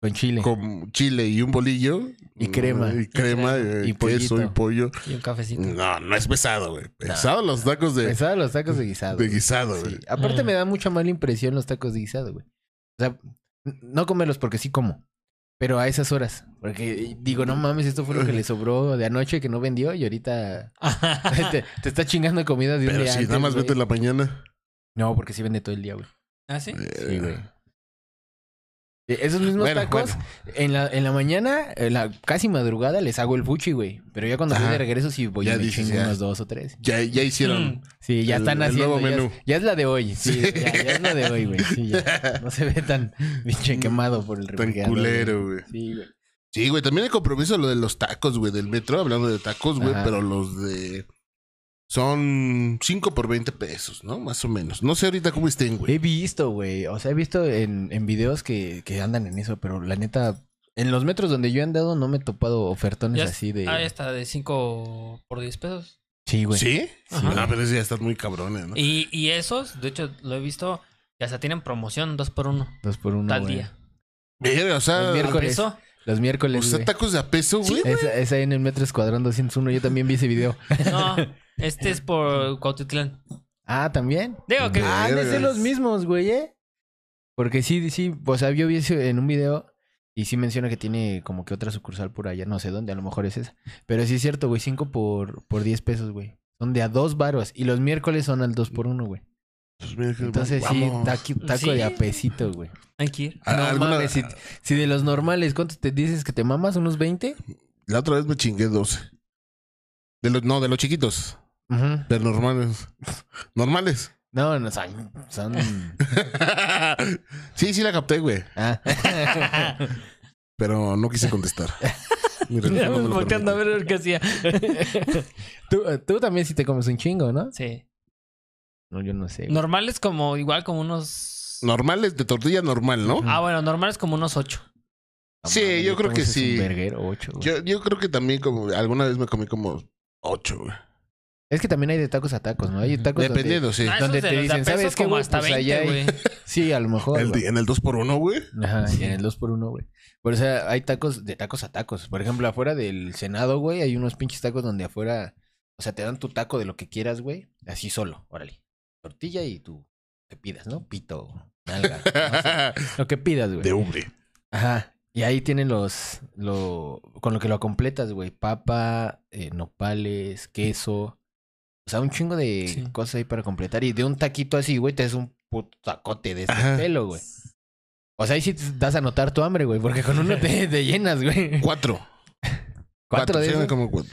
[SPEAKER 5] con chile.
[SPEAKER 3] con chile y un bolillo.
[SPEAKER 5] Y crema.
[SPEAKER 3] Y crema,
[SPEAKER 5] Y
[SPEAKER 3] y queso y pollo.
[SPEAKER 4] Y un cafecito.
[SPEAKER 3] No, no es pesado, güey. Pesado los tacos de,
[SPEAKER 5] Pesado los tacos de guisado.
[SPEAKER 3] de
[SPEAKER 5] güey.
[SPEAKER 3] guisado,
[SPEAKER 5] Sí.
[SPEAKER 3] güey.
[SPEAKER 5] Aparte me da mucha mala impresión los tacos de guisado, güey. O sea, n- no comerlos porque sí como. Pero a esas horas. Porque digo, no mames, esto fue lo que le sobró de anoche que no vendió y ahorita te, te está chingando comida de un
[SPEAKER 3] Pero
[SPEAKER 5] día
[SPEAKER 3] si
[SPEAKER 5] antes,
[SPEAKER 3] nada más
[SPEAKER 5] güey.
[SPEAKER 3] vete en la mañana.
[SPEAKER 5] No, porque sí vende todo el día, güey.
[SPEAKER 4] ¿Ah,
[SPEAKER 3] Mm,
[SPEAKER 4] sí?
[SPEAKER 5] Sí, güey. Eh, Esos mismos
[SPEAKER 3] Bueno,
[SPEAKER 5] tacos,
[SPEAKER 3] bueno.
[SPEAKER 5] En, la, en la mañana, en la casi madrugada, les hago el fuchi, güey. Pero ya cuando voy
[SPEAKER 3] Ajá.
[SPEAKER 5] de regreso, sí voy
[SPEAKER 3] Ya
[SPEAKER 5] a me
[SPEAKER 3] dices,
[SPEAKER 5] chingo
[SPEAKER 3] ya.
[SPEAKER 5] unos dos o tres.
[SPEAKER 3] Ya, ya
[SPEAKER 4] Mm.
[SPEAKER 3] hicieron.
[SPEAKER 5] Sí, ya
[SPEAKER 3] El-
[SPEAKER 5] están
[SPEAKER 3] el
[SPEAKER 5] haciendo.
[SPEAKER 3] nuevo
[SPEAKER 5] ya,
[SPEAKER 3] menú.
[SPEAKER 5] es- ya es la de hoy. Sí, Ya, ya es la de hoy, güey. Sí, ya. No se ve tan pinche quemado por el
[SPEAKER 3] Mm, Tan
[SPEAKER 5] refrigerador.
[SPEAKER 3] culero, güey.
[SPEAKER 5] güey. Sí, güey.
[SPEAKER 3] Sí, güey. También hay compromiso lo de los tacos, güey, del metro. Hablando de tacos, güey,
[SPEAKER 5] Ajá.
[SPEAKER 3] pero los de. Son 5 por 20 pesos, ¿no? Más o menos. No sé ahorita cómo estén, güey.
[SPEAKER 5] He visto, güey. O sea, he visto en, en videos que, que andan en eso, pero la neta. En los metros donde yo he andado no me he topado ofertones
[SPEAKER 4] Ya es-
[SPEAKER 5] así de.
[SPEAKER 4] Ah, ya está, de 5 por 10 pesos.
[SPEAKER 5] Sí, güey.
[SPEAKER 3] ¿Sí?
[SPEAKER 4] Ajá.
[SPEAKER 3] No, pero esos ya están muy cabrones, ¿no?
[SPEAKER 4] Y, y esos, de hecho, lo he visto, ya hasta tienen promoción, dos por uno,
[SPEAKER 5] Dos por uno.
[SPEAKER 4] tal
[SPEAKER 5] güey.
[SPEAKER 4] día.
[SPEAKER 3] Verga, o sea,
[SPEAKER 5] Los miércoles.
[SPEAKER 4] Eso,
[SPEAKER 5] Los miércoles.
[SPEAKER 3] o sea,
[SPEAKER 5] güey. Eh,
[SPEAKER 3] tacos de a peso, güey.
[SPEAKER 5] Es, es ahí en el metro Escuadrón 201. Yo también vi ese video.
[SPEAKER 4] no, este es por Cuautitlán.
[SPEAKER 5] Ah, también.
[SPEAKER 4] Digo que...
[SPEAKER 5] Ah, han de ser los mismos, güey, ¿eh? Porque sí, sí, o sea, yo vi ese en un video y sí menciona que tiene como que otra sucursal por allá, no sé dónde, a lo mejor es esa. Pero sí es cierto, güey, 5 por, por 10 pesos, güey. Son de a dos varos y los miércoles son al 2 por 1, güey.
[SPEAKER 3] Pues mira que-
[SPEAKER 5] Entonces sí,
[SPEAKER 3] vamos.
[SPEAKER 5] taqui- taco,
[SPEAKER 4] Sí.
[SPEAKER 5] de apesito, güey.
[SPEAKER 4] Hay que ir.
[SPEAKER 3] Ah,
[SPEAKER 5] No
[SPEAKER 3] alguna-
[SPEAKER 5] mames, si, si de los normales, ¿cuánto te dices que te mamas? ¿Unos 20?
[SPEAKER 3] La otra vez me chingué 12. De los, no, de los chiquitos.
[SPEAKER 5] Ujú.
[SPEAKER 3] De los normales. Normales.
[SPEAKER 5] No, no, son... son...
[SPEAKER 3] sí, sí la capté, güey.
[SPEAKER 5] Ah.
[SPEAKER 3] Pero no quise contestar. Mi reloj
[SPEAKER 4] Mira,
[SPEAKER 3] Pues no me lo
[SPEAKER 4] volteando a
[SPEAKER 3] permite.
[SPEAKER 4] ver qué hacía.
[SPEAKER 5] tú, tú también sí te comes un chingo, ¿no?
[SPEAKER 4] Sí.
[SPEAKER 5] No, yo no sé. güey.
[SPEAKER 4] Normales como, igual como unos...
[SPEAKER 3] Normales de tortilla normal, ¿no?
[SPEAKER 4] Ah, bueno, normales como unos ocho.
[SPEAKER 5] No
[SPEAKER 3] Sí,
[SPEAKER 5] mames,
[SPEAKER 3] yo creo
[SPEAKER 5] como
[SPEAKER 3] que
[SPEAKER 5] ese es un
[SPEAKER 3] sí.
[SPEAKER 5] verguero, ocho, güey.
[SPEAKER 3] Yo, yo creo que también como alguna vez me comí como ocho, güey.
[SPEAKER 5] Es que también hay de tacos a tacos, ¿no? Hay
[SPEAKER 4] Ujú.
[SPEAKER 5] tacos donde-
[SPEAKER 3] Dependiendo, sí.
[SPEAKER 4] Ah, esos
[SPEAKER 5] donde
[SPEAKER 4] de
[SPEAKER 5] te
[SPEAKER 4] los de a
[SPEAKER 5] dicen,
[SPEAKER 4] peso
[SPEAKER 5] "¿Sabes qué,
[SPEAKER 4] como
[SPEAKER 5] güey?
[SPEAKER 4] hasta
[SPEAKER 5] Pues
[SPEAKER 4] 20,
[SPEAKER 5] allá hay-
[SPEAKER 4] güey.
[SPEAKER 5] Sí, a lo mejor.
[SPEAKER 3] El-
[SPEAKER 5] güey.
[SPEAKER 3] en el 2 por 1 güey.
[SPEAKER 5] Ajá, y en el 2 por 1 güey. Por eso hay tacos de tacos a tacos. Por ejemplo, afuera del Senado, güey, hay unos pinches tacos donde afuera, o sea, te dan tu taco de lo que quieras, güey, así solo, órale. Tortilla y tú que pidas, ¿no? Pito, nalga, no sé, lo que pidas, güey.
[SPEAKER 3] de ubre.
[SPEAKER 5] Ajá. Y ahí tienen los lo con lo que lo completas, güey, papa, eh, nopales, queso. O sea, un chingo de
[SPEAKER 4] Sí.
[SPEAKER 5] cosas ahí para completar y de un taquito así, güey, te es un puto tacote de este
[SPEAKER 3] Ajá.
[SPEAKER 5] pelo, güey. O sea, ahí sí te das a notar tu hambre, güey, porque con uno te, te llenas, güey.
[SPEAKER 3] Cuatro.
[SPEAKER 5] Cuatro de
[SPEAKER 3] sí,
[SPEAKER 5] esos.
[SPEAKER 3] me como cuatro.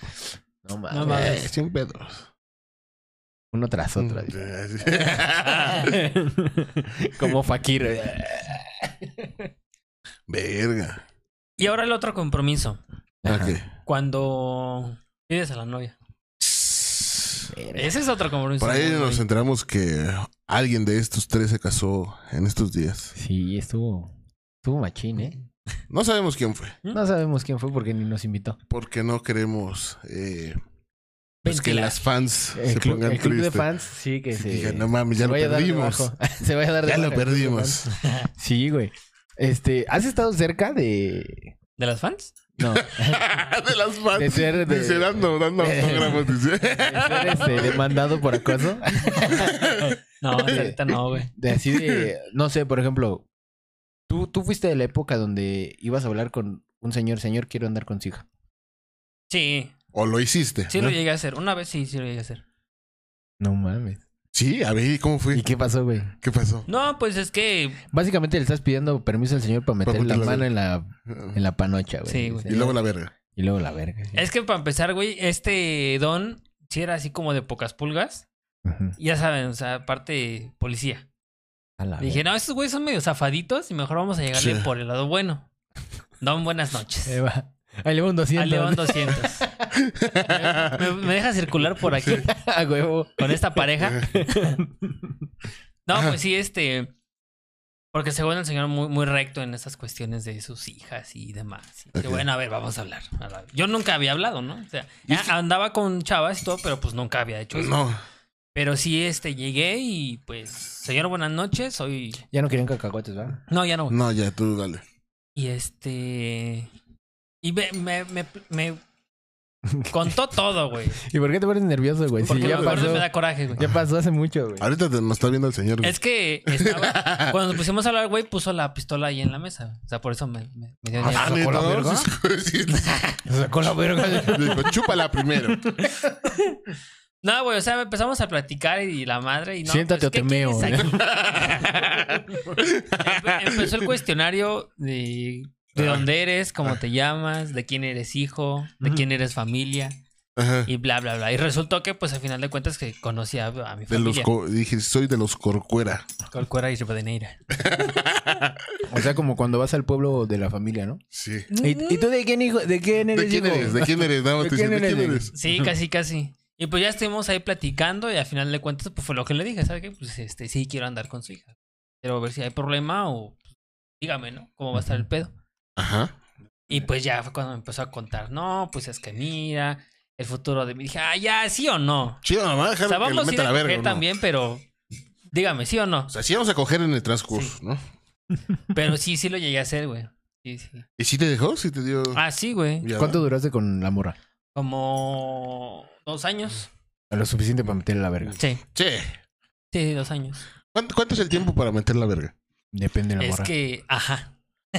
[SPEAKER 5] No mames.
[SPEAKER 4] No mames.
[SPEAKER 3] Eh, sin pedos.
[SPEAKER 5] Uno tras
[SPEAKER 3] Mm,
[SPEAKER 5] otro. así.
[SPEAKER 3] eh,
[SPEAKER 5] Como fakir. güey.
[SPEAKER 3] Verga.
[SPEAKER 4] Y ahora el otro compromiso.
[SPEAKER 5] Ajá.
[SPEAKER 3] Ok.
[SPEAKER 4] Cuando pides a la novia. Ese es otro compromiso.
[SPEAKER 3] Por ahí
[SPEAKER 4] muy-
[SPEAKER 3] nos enteramos que alguien de estos tres se casó en estos días.
[SPEAKER 5] Sí, estuvo estuvo machín, ¿eh?
[SPEAKER 3] No sabemos quién fue,
[SPEAKER 5] No sabemos quién fue porque ni nos invitó.
[SPEAKER 3] porque no queremos eh, pues que
[SPEAKER 4] Ventilar.
[SPEAKER 3] las fans
[SPEAKER 5] El,
[SPEAKER 3] se
[SPEAKER 5] club,
[SPEAKER 3] pongan
[SPEAKER 5] el club de
[SPEAKER 3] tristes.
[SPEAKER 5] fans, sí que se.
[SPEAKER 3] Digan, no mames, ya
[SPEAKER 5] se
[SPEAKER 3] lo
[SPEAKER 5] vaya a dar de
[SPEAKER 3] perdimos.
[SPEAKER 5] bajo. se vaya a dar de
[SPEAKER 3] Ya lo
[SPEAKER 5] bajo el club de
[SPEAKER 3] perdimos.
[SPEAKER 5] fans. Sí, güey. Este, ¿has estado cerca de.
[SPEAKER 4] ¿De las fans?
[SPEAKER 5] No. de
[SPEAKER 3] de las fans.
[SPEAKER 5] De ser de-
[SPEAKER 3] Dice, dando, dando
[SPEAKER 5] de-
[SPEAKER 3] autógrafos. dice.
[SPEAKER 5] ser, este, demandado por acoso?
[SPEAKER 4] No, hasta ahorita no, güey.
[SPEAKER 5] De así de. No sé, por ejemplo. Tú, tú fuiste de la época donde ibas a hablar con un señor, señor, quiero andar con su hija.
[SPEAKER 4] Sí,
[SPEAKER 3] o lo hiciste.
[SPEAKER 4] sí
[SPEAKER 3] ¿no?
[SPEAKER 4] lo llegué a hacer. Una vez sí, sí lo llegué a hacer.
[SPEAKER 5] No mames.
[SPEAKER 3] Sí, a ver, ¿y ¿cómo fue?
[SPEAKER 5] ¿Y qué pasó, güey?
[SPEAKER 3] ¿Qué pasó?
[SPEAKER 4] No, pues es que
[SPEAKER 5] Básicamente le estás pidiendo permiso al señor para meter
[SPEAKER 3] Para
[SPEAKER 5] la
[SPEAKER 3] meterla,
[SPEAKER 5] mano en la, en la panocha, güey.
[SPEAKER 4] Sí, güey.
[SPEAKER 3] Y luego la verga.
[SPEAKER 5] Y luego la verga. sí.
[SPEAKER 4] Es que para empezar, güey, este don sí era así como de pocas pulgas.
[SPEAKER 5] Ujú.
[SPEAKER 4] Ya saben, o sea, aparte policía.
[SPEAKER 5] A la
[SPEAKER 4] Dije,
[SPEAKER 5] verga.
[SPEAKER 4] no, estos güeyes son medio zafaditos y mejor vamos a llegarle
[SPEAKER 3] Sí. Eh,
[SPEAKER 4] por el lado bueno. Don, buenas noches.
[SPEAKER 5] Ahí va. Ahí le va un 200.
[SPEAKER 4] Al León 200. ¿Me, me deja circular por aquí
[SPEAKER 5] A huevo.
[SPEAKER 4] con esta pareja?
[SPEAKER 3] Eh,
[SPEAKER 4] No, pues sí, este... Porque según el señor muy, muy recto en esas cuestiones de sus hijas y demás. Y dije,
[SPEAKER 3] Ok.
[SPEAKER 4] bueno, a ver, vamos a hablar. A la- Yo nunca había hablado, ¿no? O sea, a- andaba con chavas y todo, pero pues nunca había hecho eso.
[SPEAKER 3] No.
[SPEAKER 4] Pero sí, este, llegué y pues, señor, buenas noches, soy...
[SPEAKER 5] Ya no querían cacahuates, ¿verdad?
[SPEAKER 4] No, ya no.
[SPEAKER 3] No, ya, tú dale.
[SPEAKER 4] Y este... Y me, me, me, me contó todo, güey.
[SPEAKER 5] ¿Y por qué te pones nervioso, güey? Sí,
[SPEAKER 4] Porque
[SPEAKER 5] ya
[SPEAKER 4] me acuerdo y
[SPEAKER 5] pasó.
[SPEAKER 4] me da coraje, güey.
[SPEAKER 5] Ya pasó hace mucho, güey.
[SPEAKER 3] Ahorita te- nos está viendo el señor.
[SPEAKER 4] Es que estaba- cuando nos pusimos a hablar, güey, puso la pistola ahí en la mesa. O sea, por eso me, me, me dio miedo.
[SPEAKER 3] Ah,
[SPEAKER 5] sacó la
[SPEAKER 3] ¿neta?
[SPEAKER 5] verga?
[SPEAKER 3] Sí.
[SPEAKER 5] Sacó la verga.
[SPEAKER 3] Dijo, chúpala primero.
[SPEAKER 4] No, güey, o sea, empezamos a platicar y la madre y no.
[SPEAKER 5] Siéntate
[SPEAKER 4] pues, ¿qué
[SPEAKER 5] o te meo. ¿eh?
[SPEAKER 4] quieres aquí? Empe- Empezó el cuestionario de,
[SPEAKER 5] Ah.
[SPEAKER 4] de dónde eres, cómo te llamas, de quién eres hijo, de quién eres familia
[SPEAKER 3] Ajá.
[SPEAKER 4] y bla, bla, bla. Y resultó que, pues, al final de cuentas, que conocí a, a mi
[SPEAKER 3] De los
[SPEAKER 4] familia.
[SPEAKER 3] co- dije, soy de los corcuera.
[SPEAKER 4] Corcuera y Rivadeneira.
[SPEAKER 5] O sea, como cuando vas al pueblo de la familia, ¿no?
[SPEAKER 3] Sí.
[SPEAKER 5] ¿Y, y tú de quién hijo? ¿De quién eres
[SPEAKER 3] ¿De quién
[SPEAKER 5] hijo?
[SPEAKER 3] eres? ¿De quién eres? Nada más
[SPEAKER 5] ¿De
[SPEAKER 3] te dicen,
[SPEAKER 5] quién
[SPEAKER 3] ¿de quién
[SPEAKER 5] eres?
[SPEAKER 3] eres?
[SPEAKER 4] Sí, casi, casi. Y pues ya estuvimos ahí platicando y al final de cuentas pues fue lo que le dije, ¿sabes qué? Pues este, sí quiero andar con su hija. Quiero ver si hay problema o pues, dígame, ¿no? ¿Cómo va a estar el pedo?
[SPEAKER 3] Ajá.
[SPEAKER 4] Y pues ya fue cuando me empezó a contar, no, pues es que mira, el futuro de mí. Dije, ah, ya, sí o no.
[SPEAKER 3] Chido, mamá,
[SPEAKER 4] O
[SPEAKER 3] déjame
[SPEAKER 4] sea,
[SPEAKER 3] que le
[SPEAKER 4] vamos a ir
[SPEAKER 3] meta
[SPEAKER 4] a
[SPEAKER 3] la verga.
[SPEAKER 4] coger
[SPEAKER 3] ¿no?
[SPEAKER 4] también, pero dígame, sí o no.
[SPEAKER 3] O sea, sí vamos a coger en el transcurso, ¿no?
[SPEAKER 4] Pero sí, sí lo llegué a hacer, güey. Sí, sí.
[SPEAKER 3] ¿Y si te dejó? ¿Si te dio...?
[SPEAKER 4] Ah, sí, güey.
[SPEAKER 3] Ya,
[SPEAKER 5] ¿Cuánto
[SPEAKER 3] ¿no?
[SPEAKER 5] duraste con la morra?
[SPEAKER 4] Como dos años.
[SPEAKER 5] Lo suficiente para meterle la verga.
[SPEAKER 4] Sí,
[SPEAKER 3] Che,
[SPEAKER 4] sí, dos años.
[SPEAKER 3] ¿cuánto, cuánto es el tiempo para meter la verga?
[SPEAKER 5] Depende de la
[SPEAKER 4] Es
[SPEAKER 5] morra.
[SPEAKER 4] que, ajá,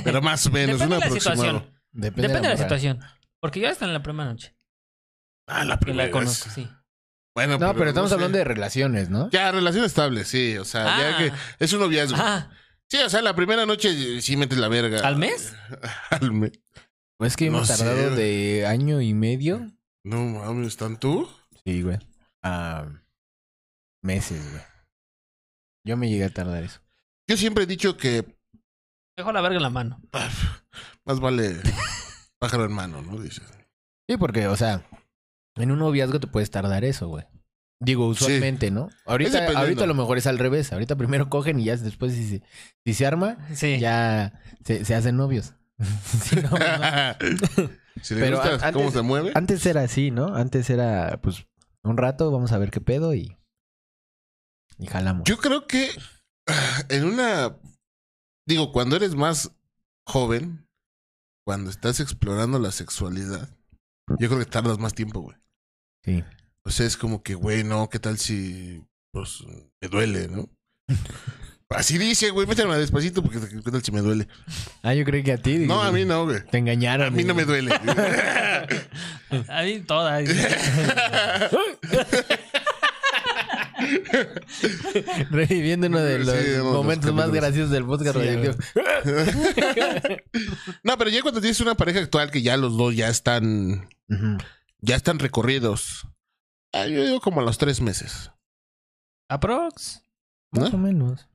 [SPEAKER 3] Pero más o menos, un
[SPEAKER 4] Depende de la
[SPEAKER 3] aproximado.
[SPEAKER 4] situación.
[SPEAKER 5] Depende,
[SPEAKER 4] Depende de la
[SPEAKER 5] morra.
[SPEAKER 4] situación. Porque yo hasta en la primera noche
[SPEAKER 3] Ah, la
[SPEAKER 4] que
[SPEAKER 3] primera
[SPEAKER 4] la
[SPEAKER 3] vez.
[SPEAKER 4] conozco, sí.
[SPEAKER 3] Bueno,
[SPEAKER 5] No, pero estamos
[SPEAKER 3] sé.
[SPEAKER 5] hablando de relaciones, ¿no?
[SPEAKER 3] Ya, relación estable, sí. O sea, ya
[SPEAKER 4] Ah.
[SPEAKER 3] que es un noviazgo.
[SPEAKER 4] Ah,
[SPEAKER 3] Sí, o sea, la primera noche eh, sí metes la verga.
[SPEAKER 4] ¿al mes?
[SPEAKER 3] Al mes.
[SPEAKER 5] Es que
[SPEAKER 3] No
[SPEAKER 5] hemos
[SPEAKER 3] sé,
[SPEAKER 5] tardado
[SPEAKER 3] güey.
[SPEAKER 5] de año y medio.
[SPEAKER 3] No mames, ¿tan tú?
[SPEAKER 5] Sí, güey. A meses, güey. Yo me llegué a tardar eso.
[SPEAKER 3] Yo siempre he dicho que
[SPEAKER 4] Dejo la verga en la mano.
[SPEAKER 3] más vale pájaro en mano, ¿no? Dices.
[SPEAKER 5] Sí, porque, o sea, en un noviazgo te puedes tardar eso, güey. Digo, usualmente, ¿no? Ahorita,
[SPEAKER 3] dependiendo.
[SPEAKER 5] ahorita a lo mejor es al revés. Ahorita primero cogen y ya después si se, si se arma,
[SPEAKER 4] Sí.
[SPEAKER 5] ya se, se hacen novios. Sí, no, no.
[SPEAKER 3] si le
[SPEAKER 5] Pero
[SPEAKER 3] gustas
[SPEAKER 5] an-
[SPEAKER 3] cómo
[SPEAKER 5] antes-
[SPEAKER 3] se mueve,
[SPEAKER 5] Antes era así, ¿no? Antes era, pues, un rato, vamos a ver qué pedo y. Y jalamos.
[SPEAKER 3] yo creo que ah, en una. Digo, cuando eres más joven, cuando estás explorando la sexualidad, yo creo que tardas más tiempo, güey.
[SPEAKER 5] Sí.
[SPEAKER 3] O sea, es como que, güey, no, ¿qué tal si pues me duele, no? Así dice, güey, métame despacito porque qué tal si me duele.
[SPEAKER 5] Ah, yo creo que a ti.
[SPEAKER 3] No,
[SPEAKER 5] digo,
[SPEAKER 3] a mí no, güey.
[SPEAKER 5] Te engañaron.
[SPEAKER 3] A mí no me
[SPEAKER 5] digo.
[SPEAKER 3] duele.
[SPEAKER 4] A mí todas.
[SPEAKER 5] Reviviendo uno de
[SPEAKER 3] Sí,
[SPEAKER 5] los
[SPEAKER 3] uno de los
[SPEAKER 5] momentos más
[SPEAKER 3] capítulos.
[SPEAKER 5] graciosos del podcast.
[SPEAKER 4] Sí,
[SPEAKER 5] radioactivo.
[SPEAKER 3] no, pero ya cuando tienes una pareja actual que ya los dos ya están,
[SPEAKER 5] Ujú.
[SPEAKER 3] ya están recorridos. Ah, yo digo como a los tres meses.
[SPEAKER 4] Aprox.
[SPEAKER 5] Más o menos.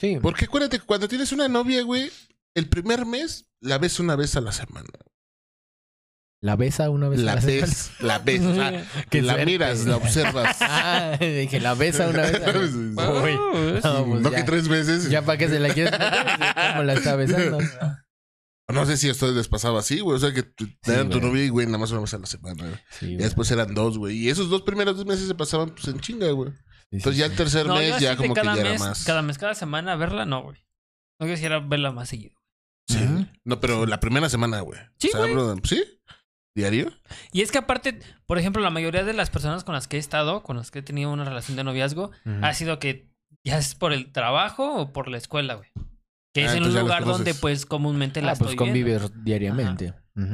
[SPEAKER 5] Sí.
[SPEAKER 3] Porque acuérdate que cuando tienes una novia, güey, el primer mes la ves una vez a la semana.
[SPEAKER 5] La besa una vez a
[SPEAKER 3] La
[SPEAKER 5] la semana.
[SPEAKER 3] ves, la ves. o sea,
[SPEAKER 5] Qué
[SPEAKER 3] la
[SPEAKER 5] suerte.
[SPEAKER 3] miras, la observas.
[SPEAKER 5] Ah, dije, la besa una vez. a la- Uy. No, pues
[SPEAKER 3] no
[SPEAKER 5] ya.
[SPEAKER 3] que tres veces.
[SPEAKER 5] Ya para que se la quieres meter, ¿cómo la está besando?
[SPEAKER 3] No sé si a ustedes les pasaba así, güey. O sea, que te- te eran tu
[SPEAKER 5] güey.
[SPEAKER 3] novia y, güey, nada más una vez a la semana. güey.
[SPEAKER 5] Sí,
[SPEAKER 3] Y
[SPEAKER 5] güey.
[SPEAKER 3] después eran dos, güey. Y esos dos primeros meses se pasaban pues, en chinga, güey.
[SPEAKER 5] Sí, sí,
[SPEAKER 3] Entonces ya el tercer
[SPEAKER 4] No, yo
[SPEAKER 3] mes
[SPEAKER 4] así
[SPEAKER 3] ya
[SPEAKER 4] de
[SPEAKER 3] como que
[SPEAKER 4] cada
[SPEAKER 3] ya era
[SPEAKER 4] mes,
[SPEAKER 3] más.
[SPEAKER 4] Cada mes, cada semana, verla, no, güey. No quisiera verla más seguido.
[SPEAKER 3] Sí.
[SPEAKER 5] Ajá.
[SPEAKER 3] No, pero la primera semana, güey.
[SPEAKER 4] Sí, güey.
[SPEAKER 3] bro, ¿Sí? ¿Diario?
[SPEAKER 4] Y es que aparte, por ejemplo, la mayoría de las personas con las que he estado, con las que he tenido una relación de noviazgo,
[SPEAKER 5] Ujú.
[SPEAKER 4] ha sido que ya es por el trabajo o por la escuela, güey. Que
[SPEAKER 3] Ah,
[SPEAKER 4] es en un
[SPEAKER 3] entonces ya las
[SPEAKER 4] lugar donde
[SPEAKER 3] conoces.
[SPEAKER 4] pues comúnmente
[SPEAKER 5] Ah,
[SPEAKER 4] las
[SPEAKER 5] pues
[SPEAKER 4] convive.
[SPEAKER 5] convives diariamente. Ujú.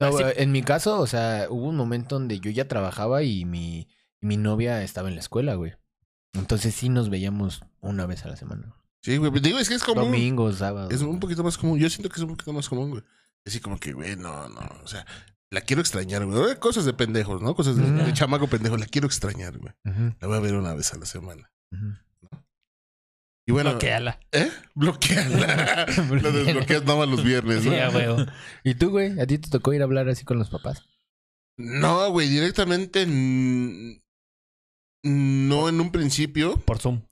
[SPEAKER 5] No,
[SPEAKER 4] Así-
[SPEAKER 5] eh, En mi caso, o sea, hubo un momento donde yo ya trabajaba y mi, y mi novia estaba en la escuela, güey. Entonces sí nos veíamos una vez a la semana.
[SPEAKER 3] Sí, güey. Digo, es que es común.
[SPEAKER 5] Domingo, sábado.
[SPEAKER 3] Es un poquito más común. Yo siento que es un poquito más común, güey. Así como que, güey, no, no. O sea, la quiero extrañar, güey. Eh, Cosas de pendejos, ¿no? Cosas de,
[SPEAKER 5] Ujú.
[SPEAKER 3] de chamaco pendejo. La quiero extrañar, güey.
[SPEAKER 5] Ujú,
[SPEAKER 3] La voy a ver una vez a la semana.
[SPEAKER 5] ujú.
[SPEAKER 3] Y bueno,
[SPEAKER 4] Bloqueala.
[SPEAKER 3] ¿eh? Bloquearla. Lo desbloqueas nada más los viernes,
[SPEAKER 4] Sí,
[SPEAKER 3] ¿no?
[SPEAKER 4] a huevo.
[SPEAKER 5] ¿Y tú, güey? ¿A ti te tocó ir a hablar así con los papás?
[SPEAKER 3] No, güey, directamente mm, no en un principio.
[SPEAKER 4] Por Zoom.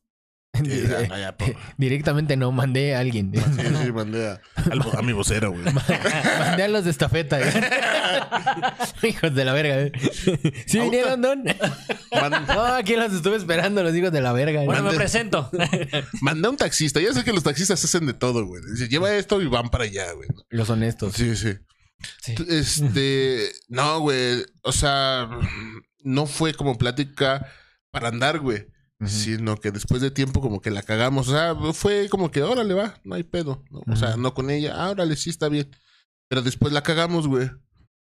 [SPEAKER 3] Eh, ah, ya, por-
[SPEAKER 5] Directamente no, mandé a alguien.
[SPEAKER 3] sí, sí, mandé a, al vo- a mi vocero, güey.
[SPEAKER 5] mandé a los de estafeta. güey. hijos de la verga. güey. ¿Sí
[SPEAKER 3] Aún-
[SPEAKER 5] vinieron, Don?
[SPEAKER 3] Man-
[SPEAKER 5] No, aquí los estuve esperando, los hijos de la verga. güey.
[SPEAKER 4] Bueno, me
[SPEAKER 3] Mande-
[SPEAKER 4] presento.
[SPEAKER 3] mandé a un taxista. Ya sé que los taxistas hacen de todo, güey. Dice, lleva esto y van para allá, güey.
[SPEAKER 5] Los honestos.
[SPEAKER 3] Sí, sí.
[SPEAKER 4] Sí.
[SPEAKER 3] T- Este, no, güey. O sea, no fue como plática para andar, güey.
[SPEAKER 5] Ujú.
[SPEAKER 3] Sino que después de tiempo como que la cagamos. O sea, fue como que, órale, va, no hay pedo. ¿no? O sea,
[SPEAKER 5] Ujú.
[SPEAKER 3] no con ella, ah, órale, sí está bien. Pero después la cagamos, güey.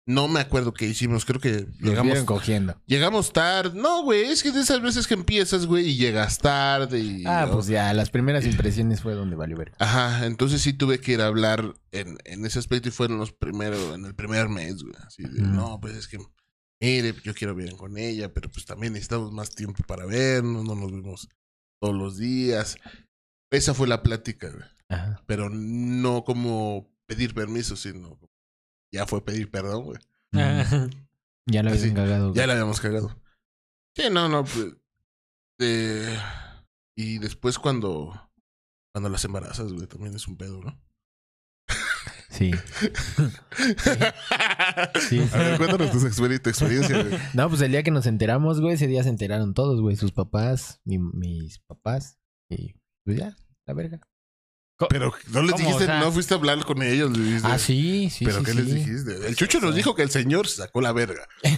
[SPEAKER 3] No me acuerdo qué hicimos, creo que
[SPEAKER 5] Los
[SPEAKER 3] llegamos,
[SPEAKER 5] vieron cogiendo.
[SPEAKER 3] llegamos tarde. No, güey, es que de esas veces que empiezas, güey, y llegas tarde y...
[SPEAKER 5] Ah,
[SPEAKER 3] ¿no?
[SPEAKER 5] pues ya, las primeras impresiones fue donde valió verga.
[SPEAKER 3] Ajá, entonces sí tuve que ir a hablar en, en ese aspecto y fueron los primeros, en el primer mes, güey. Así de,
[SPEAKER 5] Mm.
[SPEAKER 3] no, pues es que, mire, yo quiero bien con ella, pero pues también necesitamos más tiempo para vernos, no nos vemos todos los días. Esa fue la plática, güey.
[SPEAKER 5] Ajá.
[SPEAKER 3] Pero no como pedir permiso, sino ya fue pedir perdón, güey.
[SPEAKER 5] Ya la
[SPEAKER 3] Así,
[SPEAKER 5] habían cagado. güey.
[SPEAKER 3] Ah. Ya la habíamos cagado. Sí, no, no. pues, eh, y después cuando, cuando las embarazas, güey, también es un pedo, ¿no?
[SPEAKER 5] Sí. Sí.
[SPEAKER 3] A ver, cuéntanos tu experiencia, tu experiencia güey.
[SPEAKER 5] No, pues el día que nos enteramos, güey, ese día se enteraron todos, güey. Sus papás, mi- mis papás. Y pues ya, la verga.
[SPEAKER 3] Pero no les
[SPEAKER 4] ¿Cómo?
[SPEAKER 3] dijiste,
[SPEAKER 4] O sea-
[SPEAKER 3] no fuiste a hablar con ellos. les dijiste,
[SPEAKER 5] Ah, sí, sí.
[SPEAKER 3] Pero
[SPEAKER 5] sí,
[SPEAKER 3] ¿qué
[SPEAKER 5] sí.
[SPEAKER 3] les dijiste? El chucho nos dijo que el señor se sacó la verga.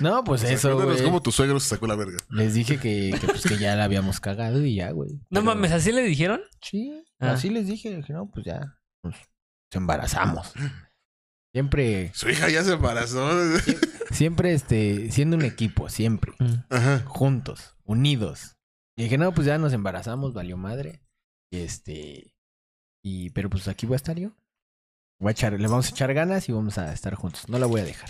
[SPEAKER 5] No, pues
[SPEAKER 3] O sea,
[SPEAKER 5] eso,
[SPEAKER 3] cuéntanos
[SPEAKER 5] güey.
[SPEAKER 3] cómo tu suegro se sacó la verga.
[SPEAKER 5] Les dije que, que, pues, que ya la habíamos cagado y ya, güey.
[SPEAKER 4] No
[SPEAKER 5] Pero-
[SPEAKER 4] mames, ¿así le dijeron?
[SPEAKER 5] Sí,
[SPEAKER 4] Ah.
[SPEAKER 5] así les dije. Dije, no, pues ya, nos embarazamos. Siempre,
[SPEAKER 3] Su hija ya se embarazó.
[SPEAKER 5] siempre, este, siendo un equipo, siempre.
[SPEAKER 3] Ajá.
[SPEAKER 5] juntos, unidos. Y dije, no, pues ya nos embarazamos, valió madre. Y este. Y, pero pues aquí voy a estar yo. Voy a echar, le vamos a echar ganas y vamos a estar juntos. No la voy a dejar.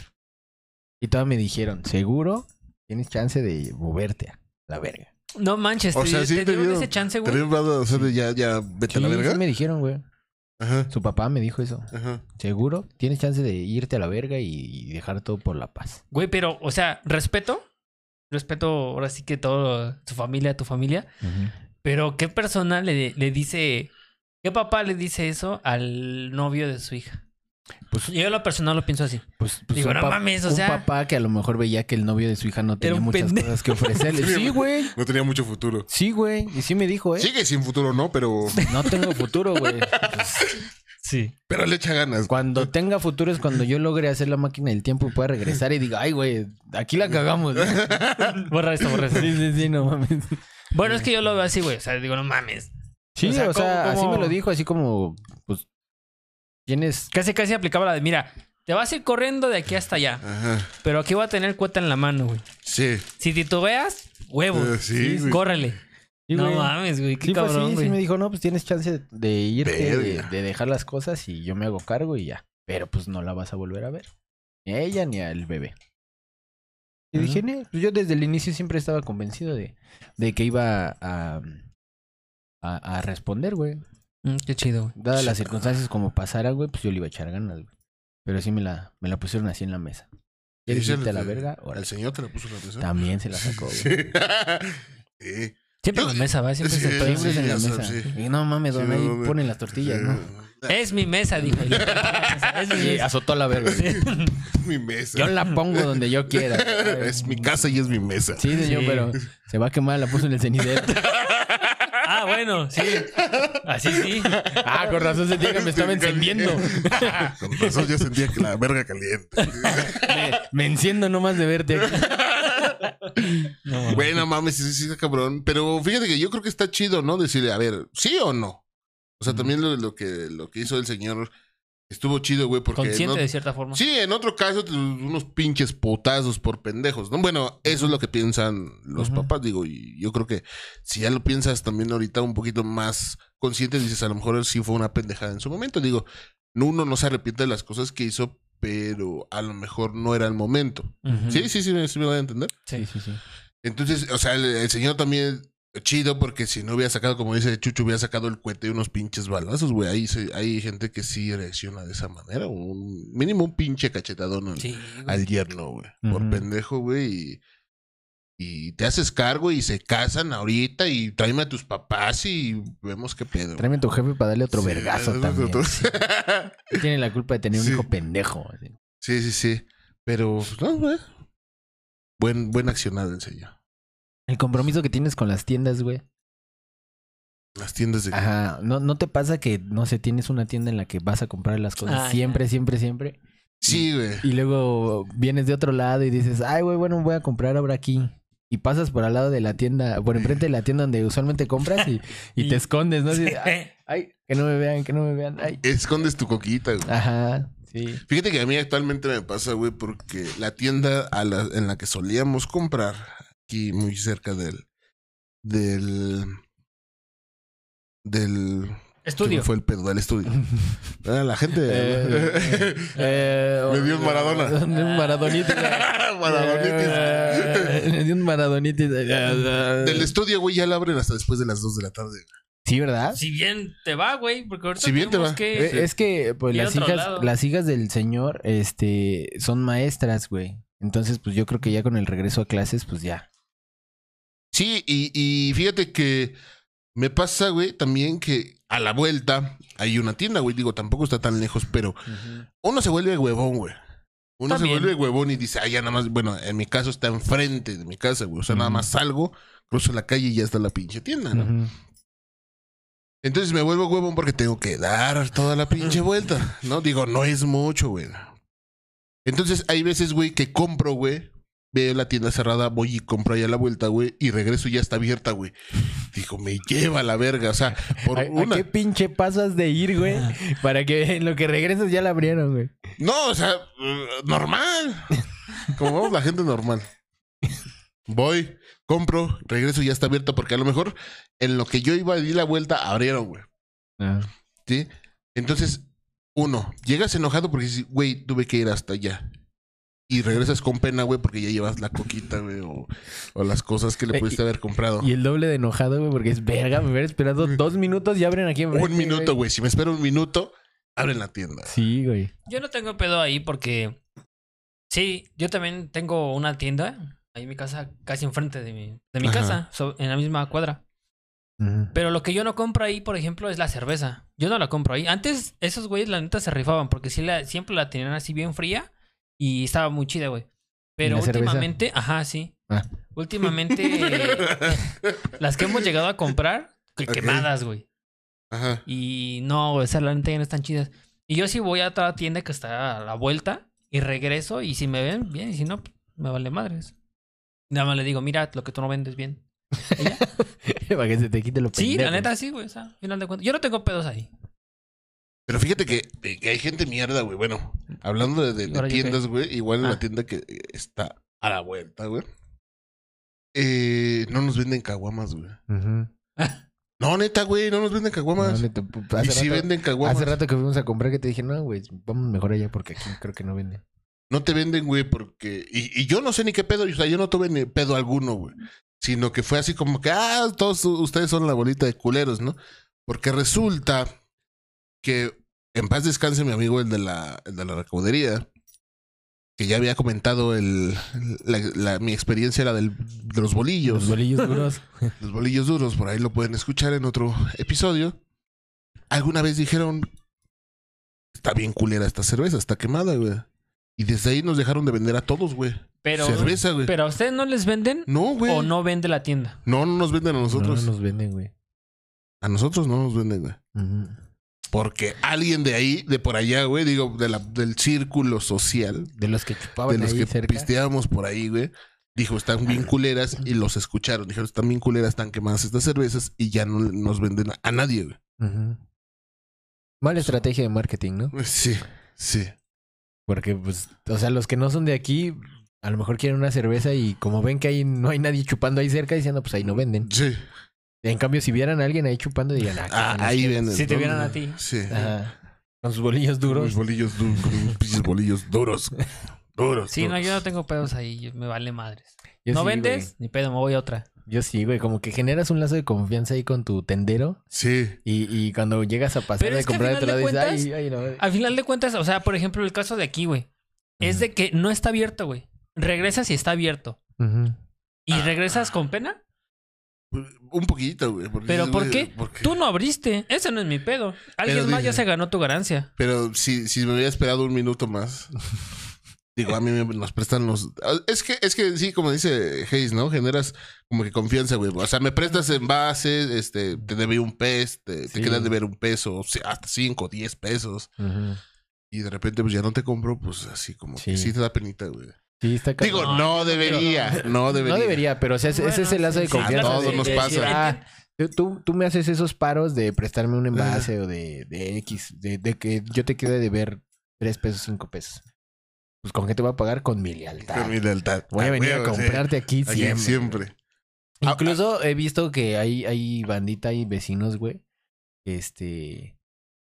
[SPEAKER 5] Y todas me dijeron, seguro tienes chance de moverte a la verga.
[SPEAKER 4] No manches,
[SPEAKER 3] O
[SPEAKER 4] te,
[SPEAKER 3] sea, sí
[SPEAKER 4] te
[SPEAKER 3] te
[SPEAKER 4] dieron
[SPEAKER 3] dieron-
[SPEAKER 4] ese chance,
[SPEAKER 3] Te
[SPEAKER 4] güey.
[SPEAKER 3] dio un vaso, o sea, de ya, ya, vete a la
[SPEAKER 5] Sí, sí
[SPEAKER 3] verga.
[SPEAKER 5] me dijeron, güey.
[SPEAKER 3] Ajá.
[SPEAKER 5] Su papá me dijo eso.
[SPEAKER 3] Ajá.
[SPEAKER 5] Seguro tienes chance de irte a la verga y, y dejar todo por la paz.
[SPEAKER 4] Güey, pero, o sea, respeto. Respeto ahora sí que todo, tu familia, tu familia. Pero, ¿qué persona le, le dice, ¿Qué papá le dice eso al novio de su hija?
[SPEAKER 5] Pues-
[SPEAKER 4] yo en lo personal lo pienso así.
[SPEAKER 5] Pues, pues
[SPEAKER 4] Digo,
[SPEAKER 5] un,
[SPEAKER 4] no
[SPEAKER 5] pap-
[SPEAKER 4] mames, o
[SPEAKER 5] un
[SPEAKER 4] sea.
[SPEAKER 5] papá que a lo mejor veía que el novio de su hija no tenía
[SPEAKER 4] un
[SPEAKER 5] muchas
[SPEAKER 4] pendejo.
[SPEAKER 5] cosas que ofrecerle. sí, güey.
[SPEAKER 3] No tenía mucho futuro.
[SPEAKER 5] Sí, güey. Y sí me dijo, ¿eh?
[SPEAKER 3] Sigue sin futuro, ¿no? Pero,
[SPEAKER 5] No tengo futuro, güey. Pues,
[SPEAKER 4] Sí.
[SPEAKER 3] pero le echa ganas.
[SPEAKER 5] cuando tenga futuro es cuando yo logre hacer la máquina del tiempo y pueda regresar y diga, ay, güey, aquí la cagamos. ¿no?"
[SPEAKER 4] Borra esto, borra esto.
[SPEAKER 5] Sí, sí, sí, no mames.
[SPEAKER 4] Bueno, es que yo lo veo así, güey. O sea, digo, no mames.
[SPEAKER 5] Sí,
[SPEAKER 4] O
[SPEAKER 5] o
[SPEAKER 4] sea,
[SPEAKER 5] sea,
[SPEAKER 4] ¿cómo-
[SPEAKER 5] así
[SPEAKER 4] cómo?
[SPEAKER 5] me lo dijo, así como, pues, tienes...
[SPEAKER 4] Casi, casi aplicaba la de, mira, te vas a ir corriendo de aquí hasta allá.
[SPEAKER 3] Ajá.
[SPEAKER 4] Pero aquí voy a tener cuota en la mano, güey.
[SPEAKER 3] Sí.
[SPEAKER 4] Si titubeas, huevos.
[SPEAKER 3] Eh, sí, güey.
[SPEAKER 4] Córrele.
[SPEAKER 5] Sí,
[SPEAKER 4] no
[SPEAKER 5] güey.
[SPEAKER 4] mames, güey. Qué
[SPEAKER 5] Sí, fue así,
[SPEAKER 4] cabrón,
[SPEAKER 5] sí
[SPEAKER 4] güey.
[SPEAKER 5] me dijo, no, pues tienes chance de- de irte, de,
[SPEAKER 3] Verga.
[SPEAKER 5] de dejar las cosas y yo me hago cargo y ya. Pero pues no la vas a volver a ver. Ni a ella ni al bebé. Y
[SPEAKER 4] Ajá.
[SPEAKER 5] dije, "Ne". pues, yo desde el inicio siempre estaba convencido de, de que iba a, a, a responder, güey.
[SPEAKER 4] Mm, qué chido, güey.
[SPEAKER 5] Dadas las circunstancias como pasara, güey, pues yo le iba a echar ganas, güey. Pero sí me la, me la pusieron así en la mesa.
[SPEAKER 3] Sí,
[SPEAKER 5] ¿Quieres
[SPEAKER 3] se
[SPEAKER 5] irte a la
[SPEAKER 3] le-
[SPEAKER 5] verga? Órale.
[SPEAKER 3] El señor te la puso en la mesa.
[SPEAKER 5] También se la sacó, güey.
[SPEAKER 3] Sí. Sí.
[SPEAKER 4] Siempre en la mesa, va. Siempre
[SPEAKER 3] Sí,
[SPEAKER 4] se
[SPEAKER 5] Siempre es en la
[SPEAKER 3] sí,
[SPEAKER 5] mesa.
[SPEAKER 3] sí.
[SPEAKER 5] Y no mames,
[SPEAKER 3] Sí,
[SPEAKER 5] don,
[SPEAKER 3] no
[SPEAKER 5] ahí
[SPEAKER 3] mames.
[SPEAKER 5] ponen las tortillas, ¿no?
[SPEAKER 4] Es mi mesa, dijo. Es mi
[SPEAKER 5] Y
[SPEAKER 4] mesa.
[SPEAKER 5] azotó la verga.
[SPEAKER 4] Sí.
[SPEAKER 3] Mi mesa.
[SPEAKER 5] Yo la pongo donde yo quiera.
[SPEAKER 3] Es mi casa y es mi mesa.
[SPEAKER 5] Sí, señor,
[SPEAKER 4] Sí.
[SPEAKER 5] pero se va a quemar, la puso en el cenicero.
[SPEAKER 4] Ah, bueno, sí. Así sí.
[SPEAKER 5] Ah, con razón sentía que me estaba encendiendo.
[SPEAKER 3] Con razón yo sentía que la verga caliente.
[SPEAKER 5] Me, me enciendo nomás de verte. aquí.
[SPEAKER 4] No,
[SPEAKER 3] Bueno, mames, sí, sí, está cabrón. Pero fíjate que yo creo que está chido, ¿no? Decirle, a ver, ¿sí o no? O sea, también lo, lo que, lo que hizo el señor estuvo chido, güey, porque...
[SPEAKER 4] consciente
[SPEAKER 3] no-
[SPEAKER 4] de cierta forma.
[SPEAKER 3] Sí, en otro caso, te- unos pinches potazos por pendejos, ¿no? Bueno, eso es lo que piensan los
[SPEAKER 4] Ujú.
[SPEAKER 3] papás, digo, y yo creo que si ya lo piensas también ahorita un poquito más consciente, dices, a lo mejor sí fue una pendejada en su momento, digo, no- uno no se arrepiente de las cosas que hizo, pero a lo mejor no era el momento.
[SPEAKER 4] Ujú.
[SPEAKER 3] Sí, sí, sí, me- sí me voy a entender.
[SPEAKER 5] Sí, sí, sí.
[SPEAKER 3] Entonces, o sea, el, el señor también chido porque si no hubiera sacado, como dice Chucho, hubiera sacado el cohete y unos pinches balazos, güey. Ahí se- hay gente que sí reacciona de esa manera. Un, mínimo un pinche cachetadón al,
[SPEAKER 4] Sí, güey.
[SPEAKER 3] al yerno, güey. Por
[SPEAKER 5] Ujú.
[SPEAKER 3] pendejo, güey. Y, y te haces cargo y se casan ahorita y tráeme a tus papás y vemos qué pedo.
[SPEAKER 5] Tráeme a tu jefe para darle otro
[SPEAKER 3] Sí,
[SPEAKER 5] vergazo
[SPEAKER 3] otro-
[SPEAKER 5] también.
[SPEAKER 3] otro-
[SPEAKER 5] Tiene la culpa de tener un
[SPEAKER 3] Sí.
[SPEAKER 5] hijo pendejo. así.
[SPEAKER 3] Sí, sí, sí. Pero, pues, no, güey. Buen, buen accionado el señor.
[SPEAKER 5] El compromiso que tienes con las tiendas, güey.
[SPEAKER 3] Las tiendas de...
[SPEAKER 5] Ajá. ¿No, ¿No te pasa que, no sé, tienes una tienda en la que vas a comprar las cosas
[SPEAKER 4] Ah,
[SPEAKER 5] siempre, siempre, siempre?
[SPEAKER 3] Sí, güey.
[SPEAKER 5] Y luego vienes de otro lado y dices, ay, güey, bueno, voy a comprar ahora aquí. Y pasas por al lado de la tienda, por enfrente de la tienda donde usualmente compras y, y te
[SPEAKER 4] Y-
[SPEAKER 5] escondes, ¿no? Así de, "Ay, ay, que no me vean, que no me vean. Ay.
[SPEAKER 3] Escondes tu coquita, güey.
[SPEAKER 5] Ajá, sí.
[SPEAKER 3] Fíjate que a mí actualmente me pasa, güey, porque la tienda a la- en la que solíamos comprar, aquí muy cerca del. del. del. se me
[SPEAKER 4] Estudio.
[SPEAKER 3] Fue el pedo del estudio. Ah, la gente.
[SPEAKER 5] Eh, Eh,
[SPEAKER 3] Me dio un Maradona.
[SPEAKER 5] Un maradonitis.
[SPEAKER 3] Maradonitis.
[SPEAKER 5] Eh, Me dio un maradonitis.
[SPEAKER 3] Del estudio, güey, ya la abren hasta después de las 2 de la tarde.
[SPEAKER 5] Sí, ¿verdad?
[SPEAKER 4] Si bien te va, güey. Porque ahorita
[SPEAKER 3] Si bien te
[SPEAKER 4] tenemos
[SPEAKER 3] va.
[SPEAKER 4] que-
[SPEAKER 5] Eh, Es que pues
[SPEAKER 4] Y
[SPEAKER 5] las
[SPEAKER 4] otro
[SPEAKER 5] hijas,
[SPEAKER 4] lado.
[SPEAKER 5] las hijas del señor, este, son maestras, güey. Entonces, pues yo creo que ya con el regreso a clases, pues ya.
[SPEAKER 3] Sí, y, y fíjate que me pasa, güey, también que a la vuelta hay una tienda, güey. Digo, tampoco está tan lejos, pero uno se vuelve huevón, güey. Uno
[SPEAKER 4] También.
[SPEAKER 3] se vuelve huevón y dice, ah, ya nada más, bueno, en mi caso está enfrente de mi casa, güey. O sea, nada
[SPEAKER 5] Ujú.
[SPEAKER 3] más salgo, cruzo la calle y ya está la pinche tienda, ¿no?
[SPEAKER 5] Ujú.
[SPEAKER 3] Entonces me vuelvo huevón porque tengo que dar toda la pinche vuelta, ¿no? Digo, no es mucho, güey. Entonces hay veces, güey, que compro, güey. Veo la tienda cerrada, voy y compro allá la vuelta, güey, y regreso y ya está abierta, güey. Digo, me lleva la verga, o sea, por
[SPEAKER 5] ¿A, a
[SPEAKER 3] una.
[SPEAKER 5] qué pinche paso has de ir, güey?
[SPEAKER 4] Ah.
[SPEAKER 5] Para que en lo que regresas ya la abrieron, güey.
[SPEAKER 3] No, o sea, eh, normal. Como vamos la gente normal. Voy, compro, regreso y ya está abierta porque a lo mejor en lo que yo iba y di la vuelta abrieron, güey.
[SPEAKER 4] Ah.
[SPEAKER 3] ¿Sí? Entonces, uno, llegas enojado porque dices, güey, tuve que ir hasta allá. Y regresas con pena, güey, porque ya llevas la coquita, güey, o, o las cosas que le
[SPEAKER 5] Eh,
[SPEAKER 3] pudiste haber comprado.
[SPEAKER 5] Y el doble de enojado, güey, porque es verga, me hubiera esperado dos minutos y abren aquí enfrente,
[SPEAKER 3] Un minuto, güey. Si me espero un minuto, abren la tienda.
[SPEAKER 5] Sí, güey.
[SPEAKER 4] Yo no tengo pedo ahí porque. Sí, yo también tengo una tienda ahí en mi casa, casi enfrente de mi, de mi
[SPEAKER 3] Ajá.
[SPEAKER 4] casa, so- en la misma cuadra. Pero lo que yo no compro ahí, por ejemplo, es la cerveza. Yo no la compro ahí. Antes, esos güeyes, la neta, se rifaban porque sí la, siempre la tenían así bien fría y estaba muy chida, güey. Pero
[SPEAKER 5] la cerveza?
[SPEAKER 4] últimamente, ajá, sí.
[SPEAKER 5] Ah.
[SPEAKER 4] Últimamente, eh, las que hemos llegado a comprar, que-
[SPEAKER 3] Ok.
[SPEAKER 4] quemadas, güey.
[SPEAKER 3] Ajá.
[SPEAKER 4] Y no, o sea, la neta ya no están chidas. Y yo sí voy a otra tienda que está a la vuelta y regreso y si me ven, bien, y si no, pues, me vale madres. Nada más le digo, mira, lo que tú no vendes bien.
[SPEAKER 5] Para que se te quite lo
[SPEAKER 4] Sí, la
[SPEAKER 5] pendejo.
[SPEAKER 4] neta sí, güey. O sea, al final de cuentas. Yo no tengo pedos ahí.
[SPEAKER 3] Pero fíjate que, eh, que hay gente mierda, güey. Bueno, hablando de, de- de
[SPEAKER 4] Ahora yo
[SPEAKER 3] tiendas, güey, igual en
[SPEAKER 4] Ah.
[SPEAKER 3] la tienda que eh, está a la vuelta, güey. Eh, no nos venden caguamas, güey.
[SPEAKER 5] Ujú.
[SPEAKER 3] No, neta, güey, no nos venden
[SPEAKER 5] No,
[SPEAKER 3] caguamas.
[SPEAKER 5] neta, pu-
[SPEAKER 3] y
[SPEAKER 5] hace
[SPEAKER 3] si
[SPEAKER 5] rato-
[SPEAKER 3] venden caguamas.
[SPEAKER 5] Hace rato que fuimos a comprar que te dije, no, güey, vamos mejor allá porque aquí creo que no venden.
[SPEAKER 3] No te venden, güey, porque. Y, y yo no sé ni qué pedo. O sea, yo no tuve ni pedo alguno, güey. Sino que fue así como que, ah, todos u- ustedes son la bolita de culeros, ¿no? Porque resulta que en paz descanse mi amigo, el de la, el de la recaudería, que ya había comentado el, la, la- mi experiencia, la del, de los bolillos.
[SPEAKER 5] Los bolillos duros.
[SPEAKER 3] Los bolillos duros, por ahí lo pueden escuchar en otro episodio. Alguna vez dijeron, está bien culera esta cerveza, está quemada, güey. Y desde ahí nos dejaron de vender a todos, güey.
[SPEAKER 4] Pero,
[SPEAKER 3] cerveza, güey.
[SPEAKER 4] pero a ustedes no les venden
[SPEAKER 3] No, güey.
[SPEAKER 4] o
[SPEAKER 3] No?
[SPEAKER 4] no vende la tienda.
[SPEAKER 3] no, nos venden a nosotros.
[SPEAKER 5] No nos venden, güey.
[SPEAKER 3] A nosotros no nos venden, güey.
[SPEAKER 5] Ujú.
[SPEAKER 3] Porque alguien de ahí, de por allá, güey, digo, de la- del círculo social,
[SPEAKER 5] De los que chupaban
[SPEAKER 3] de los
[SPEAKER 5] ahí
[SPEAKER 3] que
[SPEAKER 5] cerca.
[SPEAKER 3] pisteábamos por ahí, güey, dijo, están bien culeras y los escucharon. Dijeron, están bien culeras, están quemadas estas cervezas y ya no nos venden a nadie, güey.
[SPEAKER 5] Ujú. Mala estrategia de marketing, ¿no?
[SPEAKER 3] Sí, sí.
[SPEAKER 5] Porque, pues, o sea, los que no son de aquí, a lo mejor quieren una cerveza y como ven que ahí no hay nadie chupando ahí cerca, diciendo, pues ahí no venden.
[SPEAKER 3] Sí.
[SPEAKER 5] En cambio, si vieran a alguien ahí chupando, dirían, ah,
[SPEAKER 3] Ah,
[SPEAKER 5] qué
[SPEAKER 3] ahí venden.
[SPEAKER 4] Si te
[SPEAKER 3] ¿no?
[SPEAKER 4] vieran a ti.
[SPEAKER 3] Sí.
[SPEAKER 5] son estos". Ajá. Con sus bolillos duros.
[SPEAKER 3] Mis bolillos duros. Pinches bolillos duros. Duros.
[SPEAKER 4] Sí, no,
[SPEAKER 3] duros.
[SPEAKER 4] yo no tengo pedos ahí. yo- Me vale madres.
[SPEAKER 5] Yo
[SPEAKER 4] no
[SPEAKER 5] sí,
[SPEAKER 4] vendes, ni pedo, me voy a otra.
[SPEAKER 5] güey. Yo sí, güey. Como que generas un lazo de confianza ahí con tu tendero.
[SPEAKER 3] Sí.
[SPEAKER 5] Y, y cuando llegas a pasar
[SPEAKER 4] Pero
[SPEAKER 5] de
[SPEAKER 4] es que al
[SPEAKER 5] comprar de
[SPEAKER 4] final
[SPEAKER 5] otro lado,
[SPEAKER 4] de
[SPEAKER 5] dices,
[SPEAKER 4] cuentas-
[SPEAKER 5] ay, ay, no.
[SPEAKER 4] Al final de cuentas, o sea, por ejemplo, el caso de aquí, güey. Es de que no está abierto, güey. Regresas y está abierto.
[SPEAKER 5] Ujú.
[SPEAKER 4] ¿Y
[SPEAKER 5] Ah.
[SPEAKER 4] regresas con pena?
[SPEAKER 3] Un poquito, güey. porque
[SPEAKER 4] ¿Pero
[SPEAKER 3] dices,
[SPEAKER 4] por
[SPEAKER 3] güey,
[SPEAKER 4] qué? Tú no abriste. Ese no es mi pedo. Alguien
[SPEAKER 3] Pero
[SPEAKER 4] más ya
[SPEAKER 3] dices-
[SPEAKER 4] se ganó tu ganancia.
[SPEAKER 3] Pero si, si me hubiera esperado un minuto más. Digo, a mí me- nos prestan los. Es que, es que sí, como dice Hayes, ¿no? Generas como que confianza, güey. O sea, me prestas envases, este, te debe un pez, te, te
[SPEAKER 5] Sí.
[SPEAKER 3] queda de ver un peso, o sea, hasta cinco, diez pesos.
[SPEAKER 5] Ujú.
[SPEAKER 3] Y de repente, pues ya no te compro, pues así como que
[SPEAKER 5] Sí.
[SPEAKER 3] sí te da penita, güey.
[SPEAKER 5] Sí, está cabrón.
[SPEAKER 3] Digo, no,
[SPEAKER 4] No, yo no
[SPEAKER 3] debería, no debería.
[SPEAKER 5] No debería, pero o sea, ese, ese es el
[SPEAKER 4] Bueno,
[SPEAKER 5] lazo de
[SPEAKER 4] sí, sí,
[SPEAKER 5] confianza.
[SPEAKER 3] A todos
[SPEAKER 5] de-
[SPEAKER 3] nos
[SPEAKER 5] de
[SPEAKER 3] pasa.
[SPEAKER 5] decir, ah, tú- tú, tú me haces esos paros de prestarme un envase o de, de X, de, de que yo te quede de ver tres pesos, cinco pesos. Pues con qué te voy a pagar con mi lealtad.
[SPEAKER 3] Con mi lealtad. Ah,
[SPEAKER 5] Voy a venir a
[SPEAKER 3] huevo, sí.
[SPEAKER 5] comprarte aquí,
[SPEAKER 3] Aquí
[SPEAKER 5] siempre.
[SPEAKER 3] siempre. Ah,
[SPEAKER 5] Incluso he visto que hay, hay bandita y vecinos, güey, que este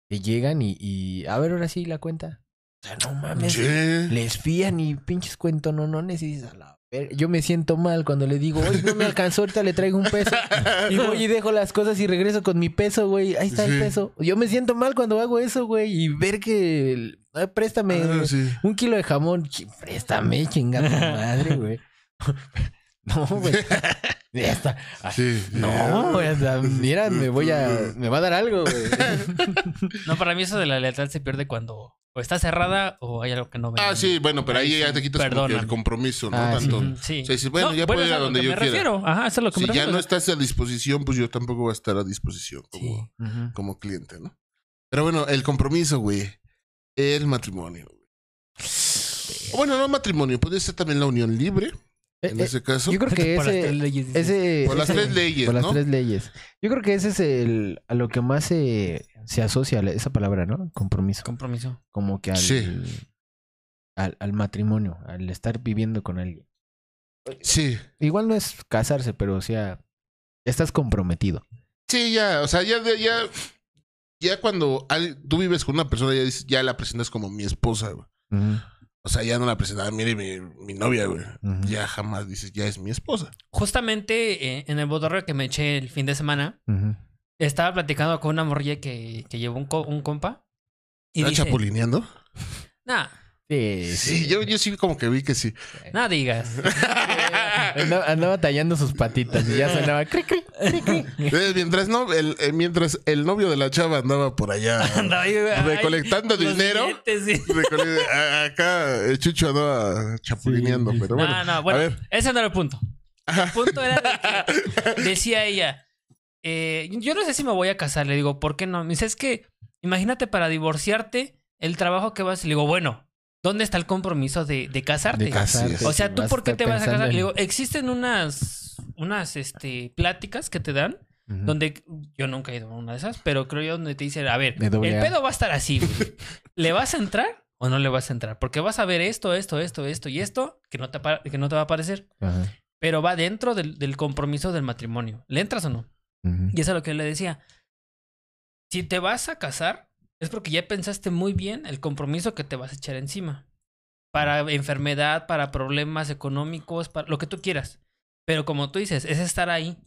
[SPEAKER 5] que llegan y, y a ver ahora sí la cuenta. O sea, no mames.
[SPEAKER 3] ah, Sí.
[SPEAKER 5] Les fían y pinches cuento, no, no necesitas la verga. Yo me siento mal cuando le digo, hoy no me alcanzó, ahorita le traigo un peso. Y voy y dejo las cosas y regreso con mi peso, güey. Ahí está
[SPEAKER 3] Sí.
[SPEAKER 5] el peso. Yo me siento mal cuando hago eso, güey. Y ver que, el- "Ah, préstame
[SPEAKER 3] Ah, sí.
[SPEAKER 5] un kilo de jamón. Chi- Préstame, chinga tu madre, güey. No, güey. Ya está. Ay,
[SPEAKER 3] Sí, sí.
[SPEAKER 5] No, güey, hasta, mira, me voy a... Me va a dar algo, güey.
[SPEAKER 4] No, para mí eso de la lealtad se pierde cuando o está cerrada o hay algo que no venden.
[SPEAKER 3] Ah, sí, bueno, pero ahí
[SPEAKER 4] Ay,
[SPEAKER 3] ya
[SPEAKER 4] sí,
[SPEAKER 3] te quitas como que
[SPEAKER 4] perdóname.
[SPEAKER 3] el compromiso, ¿no?
[SPEAKER 5] Ah, sí.
[SPEAKER 3] Tanto.
[SPEAKER 4] Ujú, Sí.
[SPEAKER 3] O sea, dices, bueno,
[SPEAKER 4] No,
[SPEAKER 3] ya puedo ir
[SPEAKER 4] es
[SPEAKER 3] a
[SPEAKER 4] lo
[SPEAKER 3] donde
[SPEAKER 4] que
[SPEAKER 3] yo
[SPEAKER 4] me
[SPEAKER 3] quiera.
[SPEAKER 4] refiero. Ajá, eso es lo que
[SPEAKER 3] Si
[SPEAKER 4] me
[SPEAKER 3] ya
[SPEAKER 4] refiero.
[SPEAKER 3] no estás a disposición, pues yo tampoco voy a estar a disposición como,
[SPEAKER 4] Sí.
[SPEAKER 5] Ujú.
[SPEAKER 3] como cliente, ¿no? Pero bueno, el compromiso, güey. El matrimonio. güey. O Bueno, no matrimonio, podría ser también la unión libre,
[SPEAKER 5] Eh,
[SPEAKER 3] en
[SPEAKER 5] eh,
[SPEAKER 3] ese caso.
[SPEAKER 5] yo creo que
[SPEAKER 4] Por las tres
[SPEAKER 5] ese...
[SPEAKER 4] leyes, dices.
[SPEAKER 5] ese
[SPEAKER 3] Por las
[SPEAKER 5] ese-
[SPEAKER 3] tres leyes,
[SPEAKER 5] Por las
[SPEAKER 3] ¿no?
[SPEAKER 5] tres leyes. Yo creo que ese es el... A lo que más se, se asocia la- esa palabra, ¿no? Compromiso.
[SPEAKER 4] Compromiso.
[SPEAKER 5] como que al,
[SPEAKER 3] Sí.
[SPEAKER 5] al, al matrimonio, al estar viviendo con alguien.
[SPEAKER 3] Sí.
[SPEAKER 5] Igual no es casarse, pero o sea, estás comprometido.
[SPEAKER 3] Sí, ya, o sea, ya, de- ya, ya cuando al- tú vives con una persona, ya, dices- ya la presentas como mi esposa, güey. O sea, ya no la presentas, "Ah, mire, mi, mi novia, güey.
[SPEAKER 5] Ujú.
[SPEAKER 3] Ya jamás dices, ya es mi esposa.
[SPEAKER 4] Justamente eh, en el bodorreo que me eché el fin de semana,
[SPEAKER 5] Ujú.
[SPEAKER 4] estaba platicando con una morrilla que, que llevó un, co- un compa. Y
[SPEAKER 3] ¿Está
[SPEAKER 4] dice,
[SPEAKER 3] chapulineando?
[SPEAKER 4] nah,
[SPEAKER 5] Sí,
[SPEAKER 3] Sí, yo, yo sí como que vi que sí.
[SPEAKER 4] No digas.
[SPEAKER 5] Andaba, andaba tallando sus patitas y ya sonaba cri, cri, cri, cri.
[SPEAKER 3] Entonces, mientras, no, el, eh, mientras el novio de la chava andaba por allá
[SPEAKER 4] Anda ahí, güey.
[SPEAKER 3] Recolectando
[SPEAKER 4] Ay, los
[SPEAKER 3] dinero.
[SPEAKER 4] billetes, sí.
[SPEAKER 3] recole- a- acá eh, Chucho andaba chapulineando,
[SPEAKER 5] Sí.
[SPEAKER 3] pero bueno.
[SPEAKER 4] No, no, Ah, bueno,
[SPEAKER 3] A ver,
[SPEAKER 4] ese no era el punto. El punto era de que decía ella, eh, yo no sé si me voy a casar. Le digo, ¿por qué no? Me dice, es que imagínate para divorciarte el trabajo que vas. Le digo, bueno, ¿dónde está el compromiso de, de casarte?
[SPEAKER 5] De casarte.
[SPEAKER 4] O sea, ¿tú
[SPEAKER 5] Vas
[SPEAKER 4] por qué
[SPEAKER 5] estar
[SPEAKER 4] te vas a
[SPEAKER 5] pensando
[SPEAKER 4] casar?
[SPEAKER 5] en-
[SPEAKER 4] Le digo, existen unas, unas este, pláticas que te dan
[SPEAKER 5] Ujú.
[SPEAKER 4] donde yo nunca he ido a una de esas, pero creo yo donde te dicen, a ver,
[SPEAKER 5] De doble
[SPEAKER 4] el
[SPEAKER 5] A.
[SPEAKER 4] pedo va a estar así, güey. ¿Le vas a entrar o no le vas a entrar? Porque vas a ver esto, esto, esto, esto y esto que no te, apa- que no te va a parecer,
[SPEAKER 5] Ajá.
[SPEAKER 4] pero va dentro del, del compromiso del matrimonio. ¿Le entras o no?
[SPEAKER 5] Ujú.
[SPEAKER 4] Y eso es lo que le decía. Si te vas a casar, es porque ya pensaste muy bien el compromiso que te vas a echar encima. Para enfermedad, para problemas económicos, para lo que tú quieras. Pero como tú dices, es estar ahí.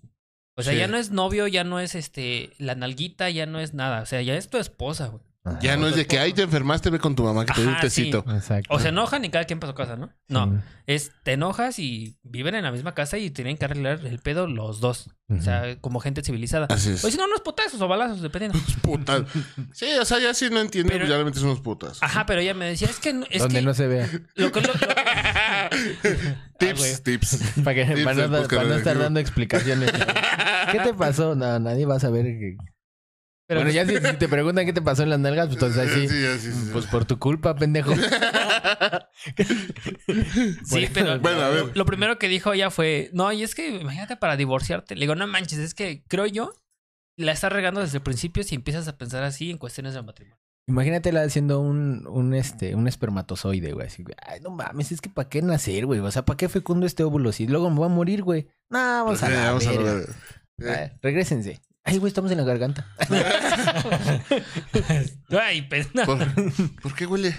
[SPEAKER 4] O sea,
[SPEAKER 3] Sí.
[SPEAKER 4] ya no es novio, ya no es este la nalguita, ya no es nada. O sea, ya es tu esposa, güey.
[SPEAKER 5] Ajá.
[SPEAKER 3] ya no es de que ahí te enfermaste, ve con tu mamá que te dio un
[SPEAKER 4] Ajá, sí.
[SPEAKER 3] tecito.
[SPEAKER 5] Exacto.
[SPEAKER 4] O se enojan y cada quien para su casa, ¿no? No. Es te enojas y viven en la misma casa y tienen que arreglar el pedo los dos. O sea, como gente civilizada.
[SPEAKER 3] Así es.
[SPEAKER 4] O si no, unos potazos o balazos, dependiendo.
[SPEAKER 3] Putas. Sí, o sea, ya sí no entiendo,
[SPEAKER 4] Pero-
[SPEAKER 3] pues ya le metes unos putas.
[SPEAKER 4] Ajá, pero ella me decía, es que no- es
[SPEAKER 5] donde
[SPEAKER 4] que
[SPEAKER 5] no se vea.
[SPEAKER 4] lo que lo- lo-
[SPEAKER 3] tips,
[SPEAKER 4] güey.
[SPEAKER 3] tips.
[SPEAKER 5] Para, que,
[SPEAKER 3] Tips
[SPEAKER 5] para no,
[SPEAKER 3] del
[SPEAKER 5] dar-
[SPEAKER 3] podcast
[SPEAKER 5] para no estar
[SPEAKER 3] radioactivo.
[SPEAKER 5] dando explicaciones. ¿Qué te pasó? No, nadie va a saber. que-
[SPEAKER 4] pero- pues,
[SPEAKER 5] bueno, ya si, si te preguntan qué te pasó en las nalgas, pues entonces ahí sí.
[SPEAKER 3] Sí, así, sí.
[SPEAKER 5] Pues por tu culpa, pendejo.
[SPEAKER 4] sí, pero
[SPEAKER 3] Bueno, a ver.
[SPEAKER 4] lo primero que dijo ella fue, no, y es que imagínate para divorciarte. Le digo, no manches, es que creo yo la estás regando desde el principio si empiezas a pensar así en cuestiones de matrimonio.
[SPEAKER 5] Imagínatela haciendo un, un, este, un espermatozoide, güey. Así, güey, ay, no mames, es que ¿para qué nacer, güey? O sea, ¿para qué fecundo este óvulo? Si luego me voy a morir, güey. No, vamos
[SPEAKER 3] Pues,
[SPEAKER 5] a
[SPEAKER 3] eh,
[SPEAKER 5] la
[SPEAKER 3] vamos a
[SPEAKER 5] verga.
[SPEAKER 3] ver. Eh,
[SPEAKER 5] Ay, regrésense. Ay, güey, estamos en la garganta.
[SPEAKER 4] Ay, pena.
[SPEAKER 3] ¿Por, por qué huele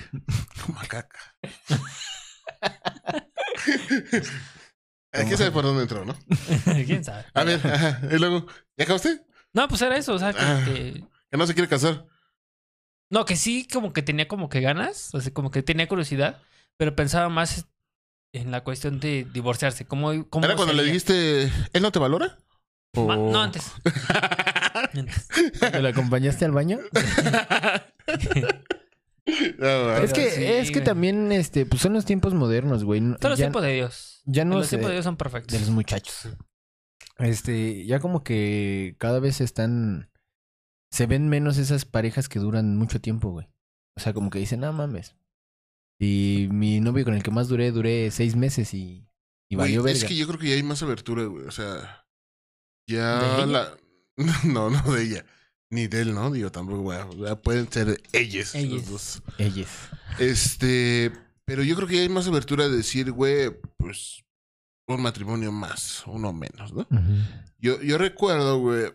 [SPEAKER 3] como a caca? Aquí sabe por dónde entró, ¿no? Pues
[SPEAKER 4] ¿Quién sabe?
[SPEAKER 3] A ver, ajá. Y luego, ¿ya acabaste?
[SPEAKER 4] No, pues era eso, o sea, que,
[SPEAKER 3] Ah.
[SPEAKER 4] que-
[SPEAKER 3] Que no se quiere casar.
[SPEAKER 4] no, que sí como que tenía como que ganas, o sea, como que tenía curiosidad, pero pensaba más en la cuestión de divorciarse. ¿Cómo, cómo
[SPEAKER 3] ¿Era cuando le
[SPEAKER 4] sería?
[SPEAKER 3] dijiste, "Oh". él no te valora?
[SPEAKER 4] Ma-
[SPEAKER 3] O-
[SPEAKER 4] No, antes. Antes.
[SPEAKER 5] ¿Te lo acompañaste al baño?
[SPEAKER 3] No,
[SPEAKER 5] es que,
[SPEAKER 4] sí,
[SPEAKER 5] es que
[SPEAKER 4] güey.
[SPEAKER 5] también, este, pues son los tiempos modernos, güey. No-
[SPEAKER 4] Todos los
[SPEAKER 5] ya-
[SPEAKER 4] tiempos de Dios.
[SPEAKER 5] ya no
[SPEAKER 4] los
[SPEAKER 5] sé.
[SPEAKER 4] tiempos de Dios son
[SPEAKER 5] de
[SPEAKER 4] perfectos.
[SPEAKER 5] los muchachos. Este, ya como que cada vez están. Se ven menos esas parejas que duran mucho tiempo, güey. O sea, como que dicen, no mames. Y mi novio con el que más duré, duré seis meses y, y
[SPEAKER 3] Güey,
[SPEAKER 5] valió verga.
[SPEAKER 3] Es que yo creo que ya hay más abertura, güey. O sea,
[SPEAKER 4] ¿De
[SPEAKER 3] ya
[SPEAKER 4] ella?
[SPEAKER 3] la. No, no de ella. Ni de él, ¿no? Digo, tampoco, güey. O sea, pueden ser ellos.
[SPEAKER 4] Ellas.
[SPEAKER 3] Los dos.
[SPEAKER 5] Ellas.
[SPEAKER 3] Este. Pero yo creo que ya hay más abertura de decir, güey, pues. Un matrimonio más, uno menos, ¿no? Yo, yo recuerdo, güey,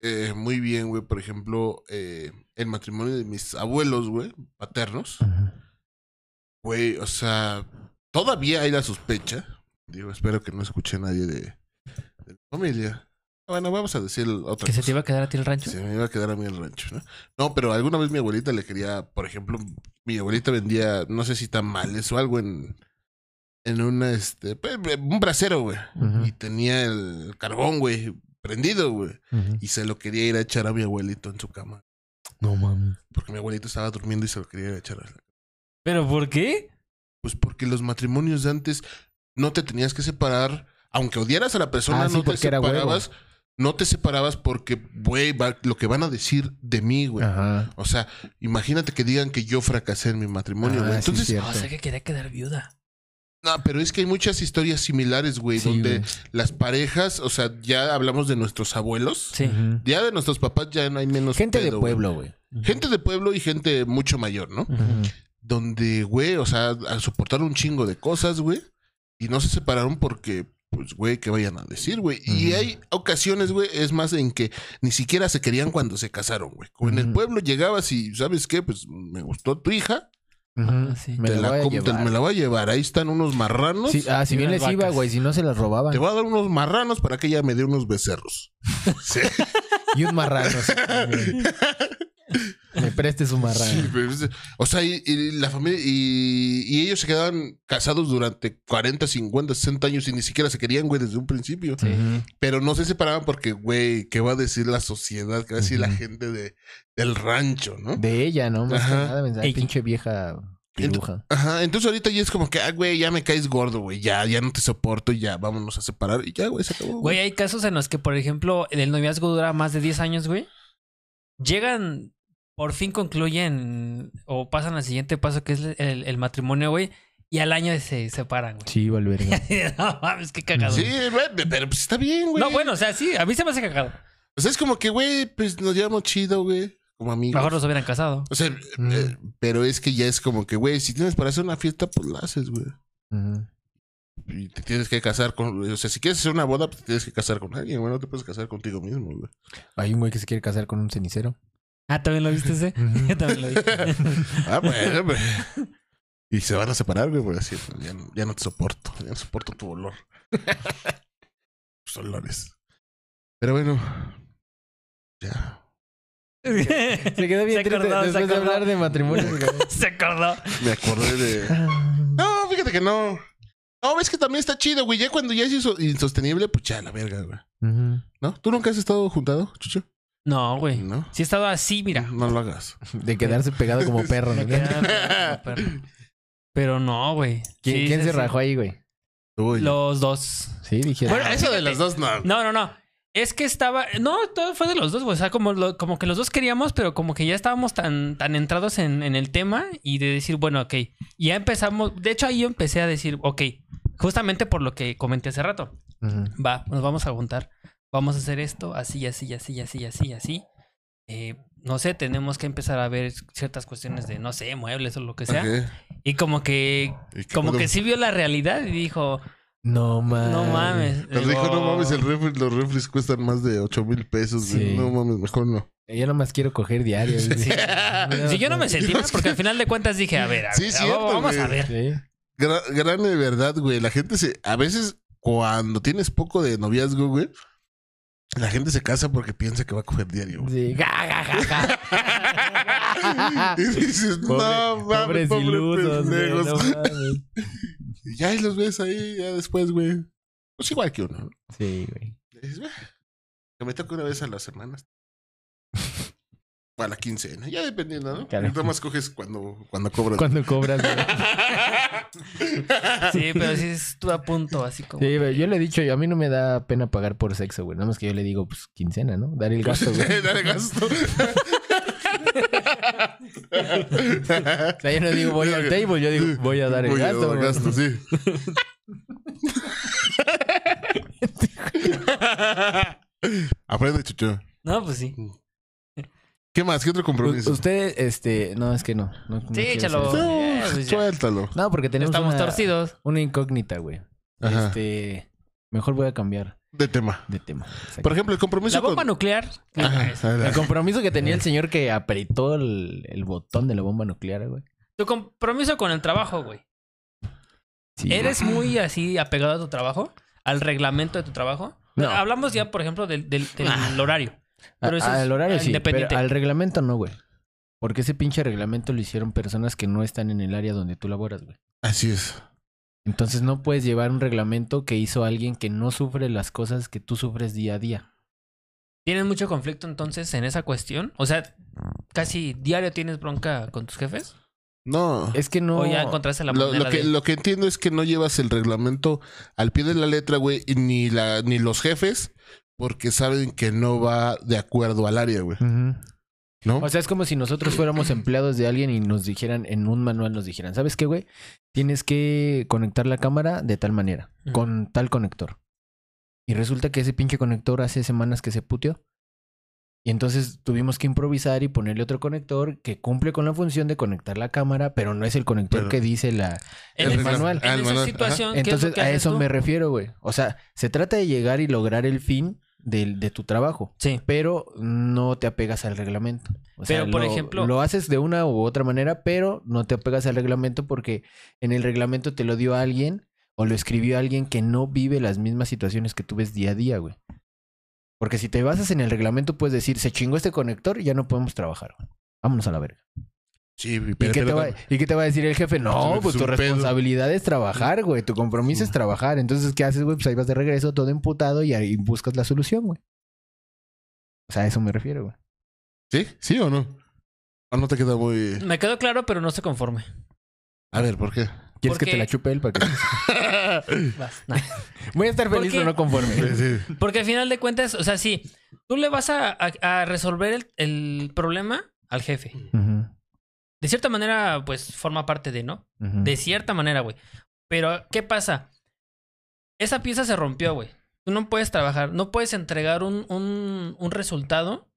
[SPEAKER 3] eh, muy bien, güey, por ejemplo, eh, el matrimonio de mis abuelos, güey, paternos. Güey, o sea, todavía hay la sospecha. Digo, espero que no escuche a nadie de, de mi familia. Ah, Bueno, vamos a decir otra
[SPEAKER 4] Que se
[SPEAKER 3] cosa.
[SPEAKER 4] te iba a quedar a ti el rancho.
[SPEAKER 3] Se me iba a quedar a mí el rancho, ¿no? No, pero alguna vez mi abuelita le quería, por ejemplo, mi abuelita vendía, no sé si tamales o algo en, en una, este, pues, un brasero, güey. Y tenía el carbón, güey, prendido, güey. Y se lo quería ir a echar a mi abuelito en su cama.
[SPEAKER 5] No mames.
[SPEAKER 3] Porque mi abuelito estaba durmiendo y se lo quería ir a echar a la
[SPEAKER 4] ¿Pero por qué?
[SPEAKER 3] Pues porque los matrimonios de antes no te tenías que separar, aunque odiaras a la persona,
[SPEAKER 5] Ah, sí,
[SPEAKER 3] no te
[SPEAKER 5] porque era huevo.
[SPEAKER 3] separabas, no te separabas porque, güey, va- lo que van a decir de mí, güey.
[SPEAKER 5] Ajá.
[SPEAKER 3] O sea, imagínate que digan que yo fracasé en mi matrimonio,
[SPEAKER 5] Ah,
[SPEAKER 3] güey.
[SPEAKER 5] sí,
[SPEAKER 3] Entonces,
[SPEAKER 5] cierto.
[SPEAKER 4] O sea, que quería quedar viuda.
[SPEAKER 3] no, pero es que hay muchas historias similares, güey,
[SPEAKER 5] Sí,
[SPEAKER 3] donde
[SPEAKER 5] güey.
[SPEAKER 3] las parejas, o sea, ya hablamos de nuestros abuelos,
[SPEAKER 4] Sí.
[SPEAKER 5] Ujú.
[SPEAKER 3] ya de nuestros papás ya no hay menos
[SPEAKER 5] Gente de
[SPEAKER 3] pedo, güey.
[SPEAKER 5] pueblo, güey.
[SPEAKER 3] Gente de pueblo y gente mucho mayor, ¿no? donde, güey, o sea, a soportar un chingo de cosas, güey, y no se separaron porque, pues, güey, ¿qué vayan a decir, güey? Y
[SPEAKER 5] Ujú.
[SPEAKER 3] hay ocasiones, güey, es más en que ni siquiera se querían cuando se casaron, güey. Como En el
[SPEAKER 5] Ujú.
[SPEAKER 3] pueblo llegabas y, ¿sabes qué? Pues me gustó tu hija,
[SPEAKER 5] Ujú.
[SPEAKER 4] Ah, sí.
[SPEAKER 5] Me
[SPEAKER 3] te,
[SPEAKER 5] la
[SPEAKER 3] la
[SPEAKER 5] voy a
[SPEAKER 3] com- te-
[SPEAKER 5] llevar.
[SPEAKER 3] me la voy a llevar, ahí están unos marranos.
[SPEAKER 5] Sí, ah, si
[SPEAKER 4] Y
[SPEAKER 5] bien
[SPEAKER 4] unas
[SPEAKER 5] les iba,
[SPEAKER 4] vacas.
[SPEAKER 5] güey, si no se las robaban.
[SPEAKER 3] Te voy a dar unos marranos para que ella me dé unos becerros. Sí.
[SPEAKER 5] Y un marrano. sí. Me preste su marrana.
[SPEAKER 3] Sí, pero es- o sea, y, y la familia. Y, y ellos se quedaban casados durante 40, 50, 60 años y ni siquiera se querían, güey, desde un principio.
[SPEAKER 5] Ujú.
[SPEAKER 3] Pero no se separaban porque, güey, ¿qué va a decir la sociedad? ¿Qué va a decir la
[SPEAKER 5] Ujú.
[SPEAKER 3] gente de, del rancho, no?
[SPEAKER 5] De ella, ¿no? Más que
[SPEAKER 3] Ajá.
[SPEAKER 5] nada, pensaba,
[SPEAKER 4] Ey.
[SPEAKER 5] pinche vieja piruja.
[SPEAKER 3] Ajá, entonces ahorita ya es como que, ah, güey, ya me caes gordo, güey, ya, ya no te soporto, ya, vámonos a separar. Y ya, güey, se acabó.
[SPEAKER 4] Güey, hay casos en los que, por ejemplo, el noviazgo dura más de 10 años, güey. Llegan, por fin concluyen o pasan al siguiente paso que es el, el matrimonio, güey. Y al año se separan, güey.
[SPEAKER 5] Sí, Valverde.
[SPEAKER 4] no mames, qué cagado.
[SPEAKER 3] Sí,
[SPEAKER 4] güey.
[SPEAKER 3] güey, pe- pero pues está bien, güey.
[SPEAKER 4] No, bueno, o sea, sí, a mí se me hace cagado.
[SPEAKER 3] O sea, es como que, güey, pues nos llevamos chido, güey, como amigos.
[SPEAKER 4] Mejor los hubieran casado.
[SPEAKER 3] O sea, eh, pero es que ya es como que, güey, si tienes para hacer una fiesta, pues la haces, güey. Y te tienes que casar con... O sea, si quieres hacer una boda, pues te tienes que casar con alguien, güey. No te puedes casar contigo mismo, güey.
[SPEAKER 5] Hay un güey que se quiere casar con un cenicero.
[SPEAKER 4] Ah, ¿también lo viste ese? Yo también lo vi.
[SPEAKER 3] Ah, bueno, güey. Y se van a separar, güey, por así. pues, Ya, no- ya no te soporto. Ya no soporto tu olor. Tus olores. Pero bueno. Ya.
[SPEAKER 5] Se quedó bien
[SPEAKER 4] Se
[SPEAKER 5] triste
[SPEAKER 4] acordó, se
[SPEAKER 5] después de
[SPEAKER 4] acordó.
[SPEAKER 5] hablar de matrimonio.
[SPEAKER 4] se acordó.
[SPEAKER 3] Me acordé de... No, fíjate que no. No, ves que también está chido, güey. Ya cuando ya es inso- insostenible, pues ya, la verga, güey.
[SPEAKER 5] Ujú.
[SPEAKER 3] ¿No? ¿Tú nunca has estado juntado, Chucho?
[SPEAKER 4] No, güey.
[SPEAKER 3] No.
[SPEAKER 4] Si he estado así, mira.
[SPEAKER 3] No lo hagas.
[SPEAKER 5] De quedarse pegado como perro. ¿no?
[SPEAKER 4] Me quedaba- pero- Pero no, güey.
[SPEAKER 5] ¿Quién,
[SPEAKER 4] Sí,
[SPEAKER 5] quién
[SPEAKER 4] sí,
[SPEAKER 5] se
[SPEAKER 4] sí.
[SPEAKER 5] rajó ahí, güey?
[SPEAKER 3] Uy.
[SPEAKER 4] Los dos.
[SPEAKER 5] Sí, dije.
[SPEAKER 4] Bueno,
[SPEAKER 3] Eso de las dos, no.
[SPEAKER 4] No, no, no. Es que estaba. No, todo fue de los dos, güey. O sea, como, lo- como que los dos queríamos, pero como que ya estábamos tan, tan entrados en, en el tema y de decir, bueno, ok. Y ya empezamos. De hecho, ahí yo empecé a decir, ok. Justamente por lo que comenté hace rato.
[SPEAKER 5] Ujú.
[SPEAKER 4] Va, nos vamos a juntar. Vamos a hacer esto, así, así, así, así, así, así. Eh, no sé, tenemos que empezar a ver ciertas cuestiones de, no sé, muebles o lo que sea.
[SPEAKER 3] Ok.
[SPEAKER 4] Y como que,
[SPEAKER 3] ¿Y qué
[SPEAKER 4] como
[SPEAKER 3] pedo?
[SPEAKER 4] que sí vio la realidad y dijo,
[SPEAKER 5] No mames.
[SPEAKER 4] no mames.
[SPEAKER 3] Ah, Nos
[SPEAKER 4] Digo,
[SPEAKER 3] dijo, no mames, el refri, los refres cuestan más de 8 mil pesos. güey.
[SPEAKER 5] Sí.
[SPEAKER 3] No mames, mejor no.
[SPEAKER 5] Yo nomás quiero coger diario. güey.
[SPEAKER 4] Sí. Sí, yo no me sentí mal porque al final de cuentas dije, a ver, a
[SPEAKER 3] Sí,
[SPEAKER 4] ver,
[SPEAKER 3] cierto,
[SPEAKER 4] vamos, vamos a
[SPEAKER 3] güey.
[SPEAKER 4] ver.
[SPEAKER 5] Sí.
[SPEAKER 3] Gran, gran de verdad, güey. La gente se. A veces, cuando tienes poco de noviazgo, güey, la gente se casa porque piensa que va a coger diario, güey.
[SPEAKER 5] Sí. Ga, ga, ga, ga.
[SPEAKER 3] Y dices, no mames,
[SPEAKER 5] Pobres
[SPEAKER 3] pobre
[SPEAKER 5] ilusos, güey,
[SPEAKER 3] pendejos.
[SPEAKER 5] no mames.
[SPEAKER 3] Y ya ahí los ves ahí, ya después, güey. Pues igual que uno. ¿no?
[SPEAKER 5] Sí, güey.
[SPEAKER 3] Y dices, "Bah, Que me toca una vez a las semanas. O a la quincena, ya dependiendo, ¿no?
[SPEAKER 5] Carajo.
[SPEAKER 3] Nada más coges cuando, cuando cobras.
[SPEAKER 5] Cuando cobras, güey.
[SPEAKER 4] Sí, pero sí estuve a punto, así como.
[SPEAKER 5] Sí, pero yo le he dicho, a mí no me da pena pagar por sexo, güey. Nada más que yo le digo, pues, quincena, ¿no? Dar el gasto, güey.
[SPEAKER 3] Dale gasto.
[SPEAKER 5] O sea, yo no digo voy al table, yo digo voy a dar el
[SPEAKER 3] Voy a
[SPEAKER 5] gasto.
[SPEAKER 3] dar
[SPEAKER 5] güey.
[SPEAKER 3] gasto, sí. Aprende, Chucho.
[SPEAKER 4] No, pues sí.
[SPEAKER 3] ¿Qué más? ¿Qué otro
[SPEAKER 5] U-
[SPEAKER 3] compromiso?
[SPEAKER 5] Usted, este, no, es que no. no- no
[SPEAKER 4] Sí,
[SPEAKER 5] quiero
[SPEAKER 4] échalo.
[SPEAKER 5] hacer eso.
[SPEAKER 4] Eh,
[SPEAKER 3] No,
[SPEAKER 4] pues ya.
[SPEAKER 3] suéltalo.
[SPEAKER 5] No, porque tenemos
[SPEAKER 4] Estamos
[SPEAKER 5] una,
[SPEAKER 4] torcidos.
[SPEAKER 5] una incógnita, güey.
[SPEAKER 3] Ajá.
[SPEAKER 5] Este, mejor voy a cambiar
[SPEAKER 3] De tema.
[SPEAKER 5] de tema.
[SPEAKER 3] Por ejemplo, el compromiso
[SPEAKER 4] La bomba
[SPEAKER 3] con...
[SPEAKER 4] nuclear.
[SPEAKER 3] Ajá,
[SPEAKER 5] el
[SPEAKER 3] adelante.
[SPEAKER 5] compromiso que tenía el señor que apretó el, el botón de la bomba nuclear, güey.
[SPEAKER 4] Tu compromiso con el trabajo, güey.
[SPEAKER 5] Sí, güey.
[SPEAKER 4] ¿Eres muy así apegado a tu trabajo? ¿Al reglamento de tu trabajo?
[SPEAKER 5] No.
[SPEAKER 4] Hablamos ya, por ejemplo, del, del- del
[SPEAKER 3] Ah.
[SPEAKER 4] horario. pero
[SPEAKER 5] A-
[SPEAKER 4] eso es
[SPEAKER 5] al horario sí,
[SPEAKER 4] independiente.
[SPEAKER 5] pero al reglamento no, güey. Porque ese pinche reglamento lo hicieron personas que no están en el área donde tú laboras, güey.
[SPEAKER 3] Así es.
[SPEAKER 5] Entonces no puedes llevar un reglamento que hizo alguien que no sufre las cosas que tú sufres día a día.
[SPEAKER 4] ¿Tienes mucho conflicto entonces en esa cuestión? O sea, casi diario tienes bronca con tus jefes.
[SPEAKER 3] No.
[SPEAKER 5] Es que no.
[SPEAKER 4] O ya encontraste la
[SPEAKER 3] Lo,
[SPEAKER 4] manera
[SPEAKER 3] lo que,
[SPEAKER 4] de-
[SPEAKER 3] lo que entiendo es que no llevas el reglamento al pie de la letra, güey, y ni, la, ni los jefes, porque saben que no va de acuerdo al área, güey.
[SPEAKER 5] Ujú.
[SPEAKER 3] ¿No?
[SPEAKER 5] O sea, es como si nosotros fuéramos empleados de alguien y nos dijeran, en un manual nos dijeran, ¿sabes qué, güey? Tienes que conectar la cámara de tal manera,
[SPEAKER 4] Ujú.
[SPEAKER 5] con tal conector. Y resulta que ese pinche conector hace semanas que se puteó. Y entonces tuvimos que improvisar y ponerle otro conector que cumple con la función de conectar la cámara, pero no es el conector
[SPEAKER 3] Pero-
[SPEAKER 5] que dice la...
[SPEAKER 4] En
[SPEAKER 5] el
[SPEAKER 4] esa-
[SPEAKER 5] manual.
[SPEAKER 4] En
[SPEAKER 3] Ah, el
[SPEAKER 4] esa
[SPEAKER 3] manual,
[SPEAKER 4] situación, ¿qué es lo
[SPEAKER 5] Entonces
[SPEAKER 4] que
[SPEAKER 5] a
[SPEAKER 4] haces
[SPEAKER 5] eso
[SPEAKER 4] tú?
[SPEAKER 5] me refiero, güey. O sea, se trata de llegar y lograr el fin del- de tu trabajo
[SPEAKER 4] Sí.
[SPEAKER 5] pero no te apegas al reglamento. O sea,
[SPEAKER 4] Pero, por
[SPEAKER 5] lo-
[SPEAKER 4] ejemplo-
[SPEAKER 5] Lo haces de una u otra manera, pero no te apegas al reglamento porque en el reglamento te lo dio alguien o lo escribió alguien que no vive las mismas situaciones que tú ves día a día, güey. Porque si te basas en el reglamento, puedes decir, se chingó este conector, ya no podemos trabajar. güey. Vámonos a la verga.
[SPEAKER 3] Sí, pero,
[SPEAKER 5] ¿Y qué, te
[SPEAKER 3] pero-
[SPEAKER 5] va, ¿Y qué te va a decir el jefe? No,
[SPEAKER 3] Es
[SPEAKER 5] pues tu
[SPEAKER 3] un pedo.
[SPEAKER 5] responsabilidad es trabajar, güey. Tu compromiso es trabajar. Entonces, ¿qué haces, güey? Pues ahí vas de regreso todo emputado y ahí buscas la solución, güey. O sea, a eso me refiero, güey.
[SPEAKER 3] ¿Sí? ¿Sí o no? ¿O no te queda muy...?
[SPEAKER 4] Me quedó claro, pero no se conforme.
[SPEAKER 3] A ver, ¿por qué?
[SPEAKER 5] ¿Quieres que
[SPEAKER 4] Porque-
[SPEAKER 5] te la chupe él para que...
[SPEAKER 4] Vas, nah.
[SPEAKER 5] Voy a estar feliz
[SPEAKER 4] Porque-
[SPEAKER 5] pero no conforme.
[SPEAKER 3] Sí.
[SPEAKER 4] Porque al final de cuentas, o sea, sí, tú le vas a, a- a resolver el, el problema al jefe.
[SPEAKER 5] Ujú,
[SPEAKER 4] De cierta manera, pues forma parte de, ¿no?
[SPEAKER 5] ujú.
[SPEAKER 4] De cierta manera, güey. Pero, ¿qué pasa? Esa pieza se rompió, güey. Tú no puedes trabajar, no puedes entregar un, un- un resultado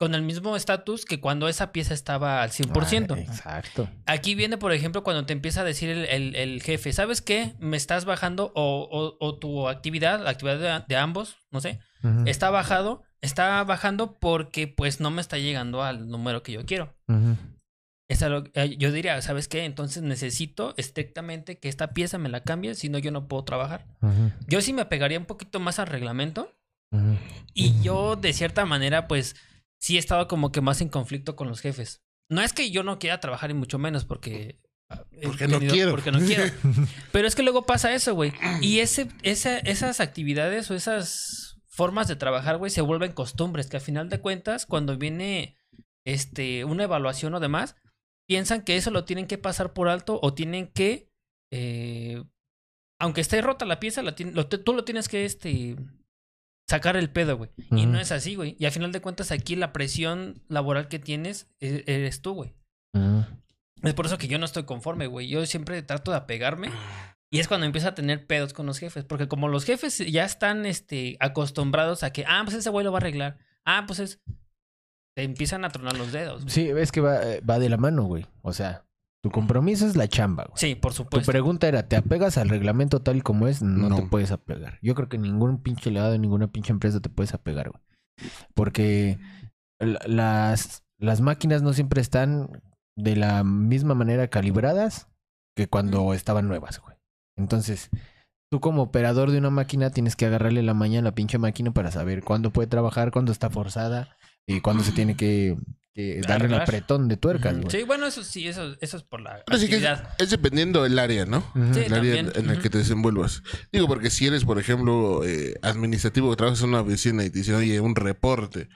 [SPEAKER 4] con el mismo estatus que cuando esa pieza estaba al 100%.
[SPEAKER 5] Ah, exacto.
[SPEAKER 4] Aquí viene, por ejemplo, cuando te empieza a decir el, el- el jefe, ¿sabes qué? Me estás bajando o, o- o tu actividad, la actividad de, de ambos, no sé,
[SPEAKER 5] Ujú,
[SPEAKER 4] está bajado, está bajando porque pues no me está llegando al número que yo quiero.
[SPEAKER 5] ujú.
[SPEAKER 4] Es a lo- eh, yo diría, ¿sabes qué? Entonces necesito estrictamente que esta pieza me la cambie, si no yo no puedo trabajar.
[SPEAKER 5] Ujú,
[SPEAKER 4] Yo sí me pegaría un poquito más al reglamento
[SPEAKER 5] ujú.
[SPEAKER 4] y yo de cierta manera pues sí he estado como que más en conflicto con los jefes. No es que yo no quiera trabajar y mucho menos porque... ah, he
[SPEAKER 3] Porque no quiero.
[SPEAKER 4] Porque no quiero. Pero es que luego pasa eso, güey. Y ese, esa- esas actividades o esas formas de trabajar, güey, se vuelven costumbres, que al final de cuentas, cuando viene este, una evaluación o demás, piensan que eso lo tienen que pasar por alto o tienen que, eh, aunque esté rota la pieza, la tien- lo te- tú lo tienes que este, sacar el pedo, güey. Y
[SPEAKER 5] Ujú.
[SPEAKER 4] no es así, güey. Y al final de cuentas, aquí la presión laboral que tienes e- eres tú, güey.
[SPEAKER 5] Ujú.
[SPEAKER 4] Es por eso que yo no estoy conforme, güey. Yo siempre trato de apegarme. Y es cuando empiezo a tener pedos con los jefes. Porque como los jefes ya están este, acostumbrados a que, ah, pues ese güey lo va a arreglar. Ah, pues es. Te empiezan a tronar los dedos. güey.
[SPEAKER 5] Sí, es que va, eh, va de la mano, güey. O sea, tu compromiso es la chamba, güey.
[SPEAKER 4] Sí, por
[SPEAKER 5] Tu
[SPEAKER 4] supuesto.
[SPEAKER 5] pregunta era, ¿te apegas al reglamento tal como es? No,
[SPEAKER 3] No.
[SPEAKER 5] te puedes apegar. Yo creo que ningún pinche legado de ninguna pinche empresa te puedes apegar, güey. Porque la- las, las máquinas no siempre están de la misma manera calibradas que cuando estaban nuevas, güey. Entonces, tú como operador de una máquina tienes que agarrarle la maña a la pinche máquina para saber cuándo puede trabajar, cuándo está forzada y cuándo se tiene que, que darle un
[SPEAKER 4] Arreglar.
[SPEAKER 5] apretón de tuercas, güey.
[SPEAKER 4] Sí, bueno, eso sí, eso, eso es por la
[SPEAKER 3] Ahora sí que es,
[SPEAKER 4] actividad.
[SPEAKER 3] es dependiendo del área, ¿no?
[SPEAKER 5] Ujú.
[SPEAKER 4] Sí,
[SPEAKER 3] el área en,
[SPEAKER 4] también.
[SPEAKER 3] en el que te desenvuelvas. Digo, porque si eres, por ejemplo, eh, administrativo que trabajas en una oficina y te dicen, oye, un reporte,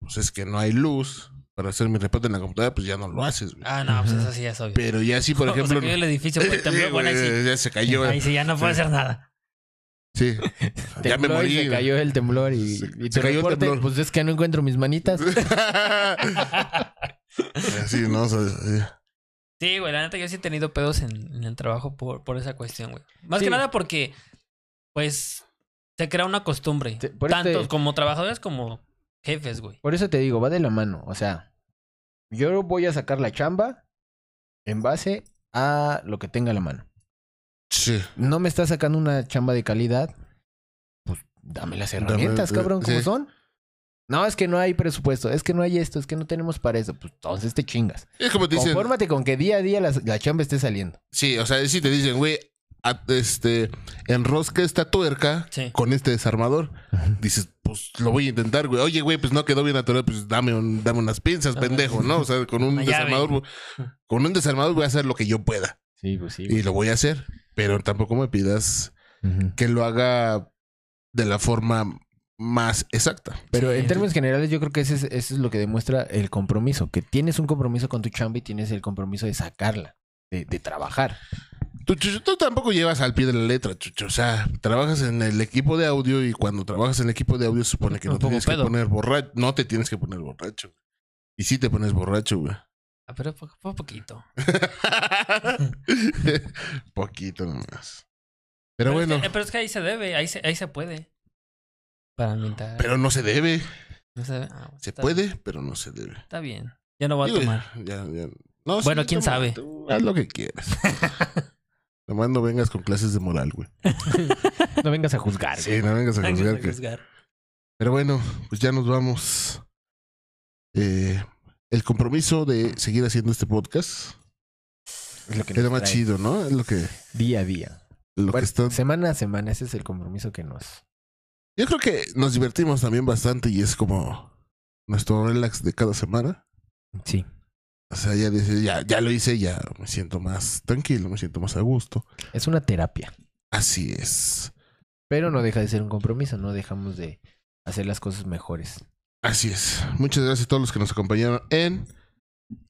[SPEAKER 3] pues es que no hay luz para hacer mi reporte en la computadora, pues ya no lo haces. güey.
[SPEAKER 4] Ah, no, pues eso sí, ya es obvio.
[SPEAKER 3] Pero ya sí, por
[SPEAKER 4] Cuando se
[SPEAKER 3] ejemplo...
[SPEAKER 4] cayó el edificio, pues,
[SPEAKER 3] Sí,
[SPEAKER 4] tembló,
[SPEAKER 3] güey,
[SPEAKER 4] bueno, ahí sí.
[SPEAKER 3] ya se cayó.
[SPEAKER 4] Ahí sí, ya no puede
[SPEAKER 3] Sí.
[SPEAKER 4] hacer nada.
[SPEAKER 3] Sí. ya me
[SPEAKER 5] Tembló y
[SPEAKER 3] morí.
[SPEAKER 5] Se cayó el temblor y,
[SPEAKER 3] Se-
[SPEAKER 5] y
[SPEAKER 3] se
[SPEAKER 5] tu
[SPEAKER 3] cayó el
[SPEAKER 5] reporte,
[SPEAKER 3] temblor.
[SPEAKER 5] pues es que no encuentro mis manitas.
[SPEAKER 3] Así, ¿no? O sea, sí.
[SPEAKER 4] Sí, güey, la neta yo sí he tenido pedos en, en el trabajo por, por esa cuestión, güey. Más
[SPEAKER 5] Sí.
[SPEAKER 4] que nada porque, pues, se crea una costumbre.
[SPEAKER 5] Te- por
[SPEAKER 4] tanto
[SPEAKER 5] este-
[SPEAKER 4] como trabajadores como jefes, güey.
[SPEAKER 5] Por eso te digo, va de la mano. O sea, yo voy a sacar la chamba en base a lo que tenga a la mano.
[SPEAKER 3] Sí.
[SPEAKER 5] No me está sacando una chamba de calidad. Pues dame las
[SPEAKER 3] Dame- eh,
[SPEAKER 5] herramientas, cabrón, como
[SPEAKER 3] sí.
[SPEAKER 5] son. No, es que no hay presupuesto, es que no hay esto, es que no tenemos para eso. Pues entonces te chingas.
[SPEAKER 3] Es como te dicen...
[SPEAKER 5] Confórmate con que día a día la, la chamba esté saliendo.
[SPEAKER 3] Sí, o sea, sí te dicen, güey, a- este, enrosca esta tuerca
[SPEAKER 4] Sí.
[SPEAKER 3] con este desarmador. Dices, pues lo voy a intentar, güey. Oye, güey, pues no quedó bien natural, pues dame, un- dame unas pinzas,
[SPEAKER 4] Ajá.
[SPEAKER 3] pendejo, ¿no? O sea, con un
[SPEAKER 4] Una llave.
[SPEAKER 3] desarmador, güey, con un desarmador voy a hacer lo que yo pueda.
[SPEAKER 5] Sí, pues sí.
[SPEAKER 3] Y lo voy a hacer, pero tampoco me pidas que lo haga de la forma más exacta.
[SPEAKER 5] Pero
[SPEAKER 4] Sí,
[SPEAKER 5] en
[SPEAKER 4] sí.
[SPEAKER 5] términos generales, yo creo que ese es- eso es, lo que demuestra el compromiso, que tienes un compromiso con tu chamba y tienes el compromiso de sacarla, de, de trabajar.
[SPEAKER 3] Tú, Chucho, tú tampoco llevas al pie de la letra, Chucho. O sea, trabajas en el equipo de audio y cuando trabajas en el equipo de audio se supone que
[SPEAKER 4] Un
[SPEAKER 3] no te
[SPEAKER 4] poco
[SPEAKER 3] tienes
[SPEAKER 4] pedo.
[SPEAKER 3] que poner borracho. No te tienes que poner borracho. Y sí te pones borracho, güey.
[SPEAKER 4] Ah, Pero fue, fue poquito.
[SPEAKER 3] Poquito nomás. Pero bueno,
[SPEAKER 4] Es que, eh, pero es que ahí se debe, ahí se, ahí se puede. Para ambientar.
[SPEAKER 3] pero no se debe.
[SPEAKER 4] No se, ah, bueno,
[SPEAKER 3] Se
[SPEAKER 4] está-
[SPEAKER 3] puede, pero no se debe.
[SPEAKER 4] Está bien. Ya no voy a
[SPEAKER 3] Digo,
[SPEAKER 4] tomar.
[SPEAKER 3] ya- ya- no,
[SPEAKER 4] Bueno,
[SPEAKER 3] sí,
[SPEAKER 4] quién
[SPEAKER 3] toma,
[SPEAKER 4] sabe.
[SPEAKER 3] tú haz lo que quieras. Nomás no vengas con clases de moral, güey.
[SPEAKER 5] No vengas a juzgar. güey.
[SPEAKER 3] Sí, no vengas a
[SPEAKER 4] Hay que
[SPEAKER 3] juzgar que-
[SPEAKER 4] juzgar.
[SPEAKER 3] Pero bueno, pues ya nos vamos. Eh, el compromiso de seguir haciendo este podcast
[SPEAKER 5] Es lo que
[SPEAKER 3] era
[SPEAKER 5] nos
[SPEAKER 3] más
[SPEAKER 5] trae
[SPEAKER 3] chido, ¿no? Es lo que,
[SPEAKER 5] Día a día.
[SPEAKER 3] lo que
[SPEAKER 5] Bueno,
[SPEAKER 3] está-
[SPEAKER 5] Semana a semana, ese es el compromiso que nos...
[SPEAKER 3] Yo creo que nos divertimos también bastante y es como nuestro relax de cada semana.
[SPEAKER 5] Sí.
[SPEAKER 3] O sea, ya dices, ya, ya lo hice, ya me siento más tranquilo, me siento más a gusto.
[SPEAKER 5] Es una terapia.
[SPEAKER 3] Así es.
[SPEAKER 5] Pero no deja de ser un compromiso, no dejamos de hacer las cosas mejores.
[SPEAKER 3] Así es. Muchas gracias a todos los que nos acompañaron en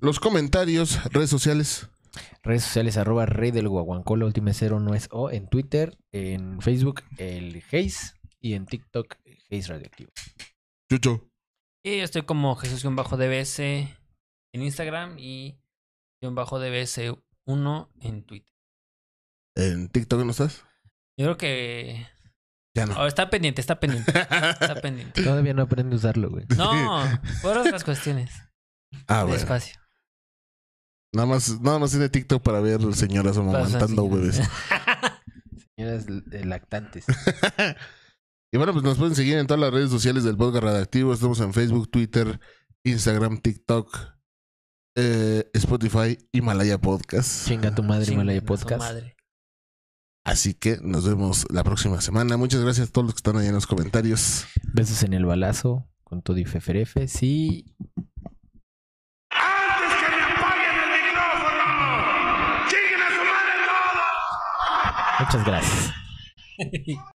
[SPEAKER 3] los comentarios, redes sociales.
[SPEAKER 5] Redes sociales arroba rey del guaguancó, la última es cero no es O, en Twitter, en Facebook, el Haze y en TikTok, Haze Radioactivo.
[SPEAKER 3] Chucho.
[SPEAKER 4] Y yo estoy como Jesús-DBS en Instagram y DBS1 en Twitter.
[SPEAKER 3] ¿En TikTok no estás?
[SPEAKER 4] Yo creo que.
[SPEAKER 3] Ya no.
[SPEAKER 4] oh, está pendiente, está pendiente.
[SPEAKER 5] Ah,
[SPEAKER 4] Está pendiente.
[SPEAKER 5] Todavía no aprende a usarlo, güey.
[SPEAKER 4] No, por otras cuestiones.
[SPEAKER 3] ah, bueno.
[SPEAKER 4] Despacio.
[SPEAKER 3] Nada más, nada más tiene TikTok para ver señoras amamantando
[SPEAKER 5] Pasan
[SPEAKER 3] bebés.
[SPEAKER 5] Señoras eh, lactantes.
[SPEAKER 3] Y bueno, pues nos pueden seguir en todas las redes sociales del podcast Radioactivo. Estamos en Facebook, Twitter, Instagram, TikTok, eh, Spotify, Himalaya Podcast.
[SPEAKER 5] Chinga tu madre, Himalaya
[SPEAKER 4] Chinga su
[SPEAKER 5] Podcast.
[SPEAKER 4] madre.
[SPEAKER 3] Así que nos vemos la próxima semana. Muchas gracias a todos los que están ahí en los comentarios.
[SPEAKER 5] Besos en el balazo con todo y feferefe. Sí,
[SPEAKER 6] ¡Antes que me apaguen el micrófono! ¡Chiquen a su madre todo!
[SPEAKER 5] muchas gracias.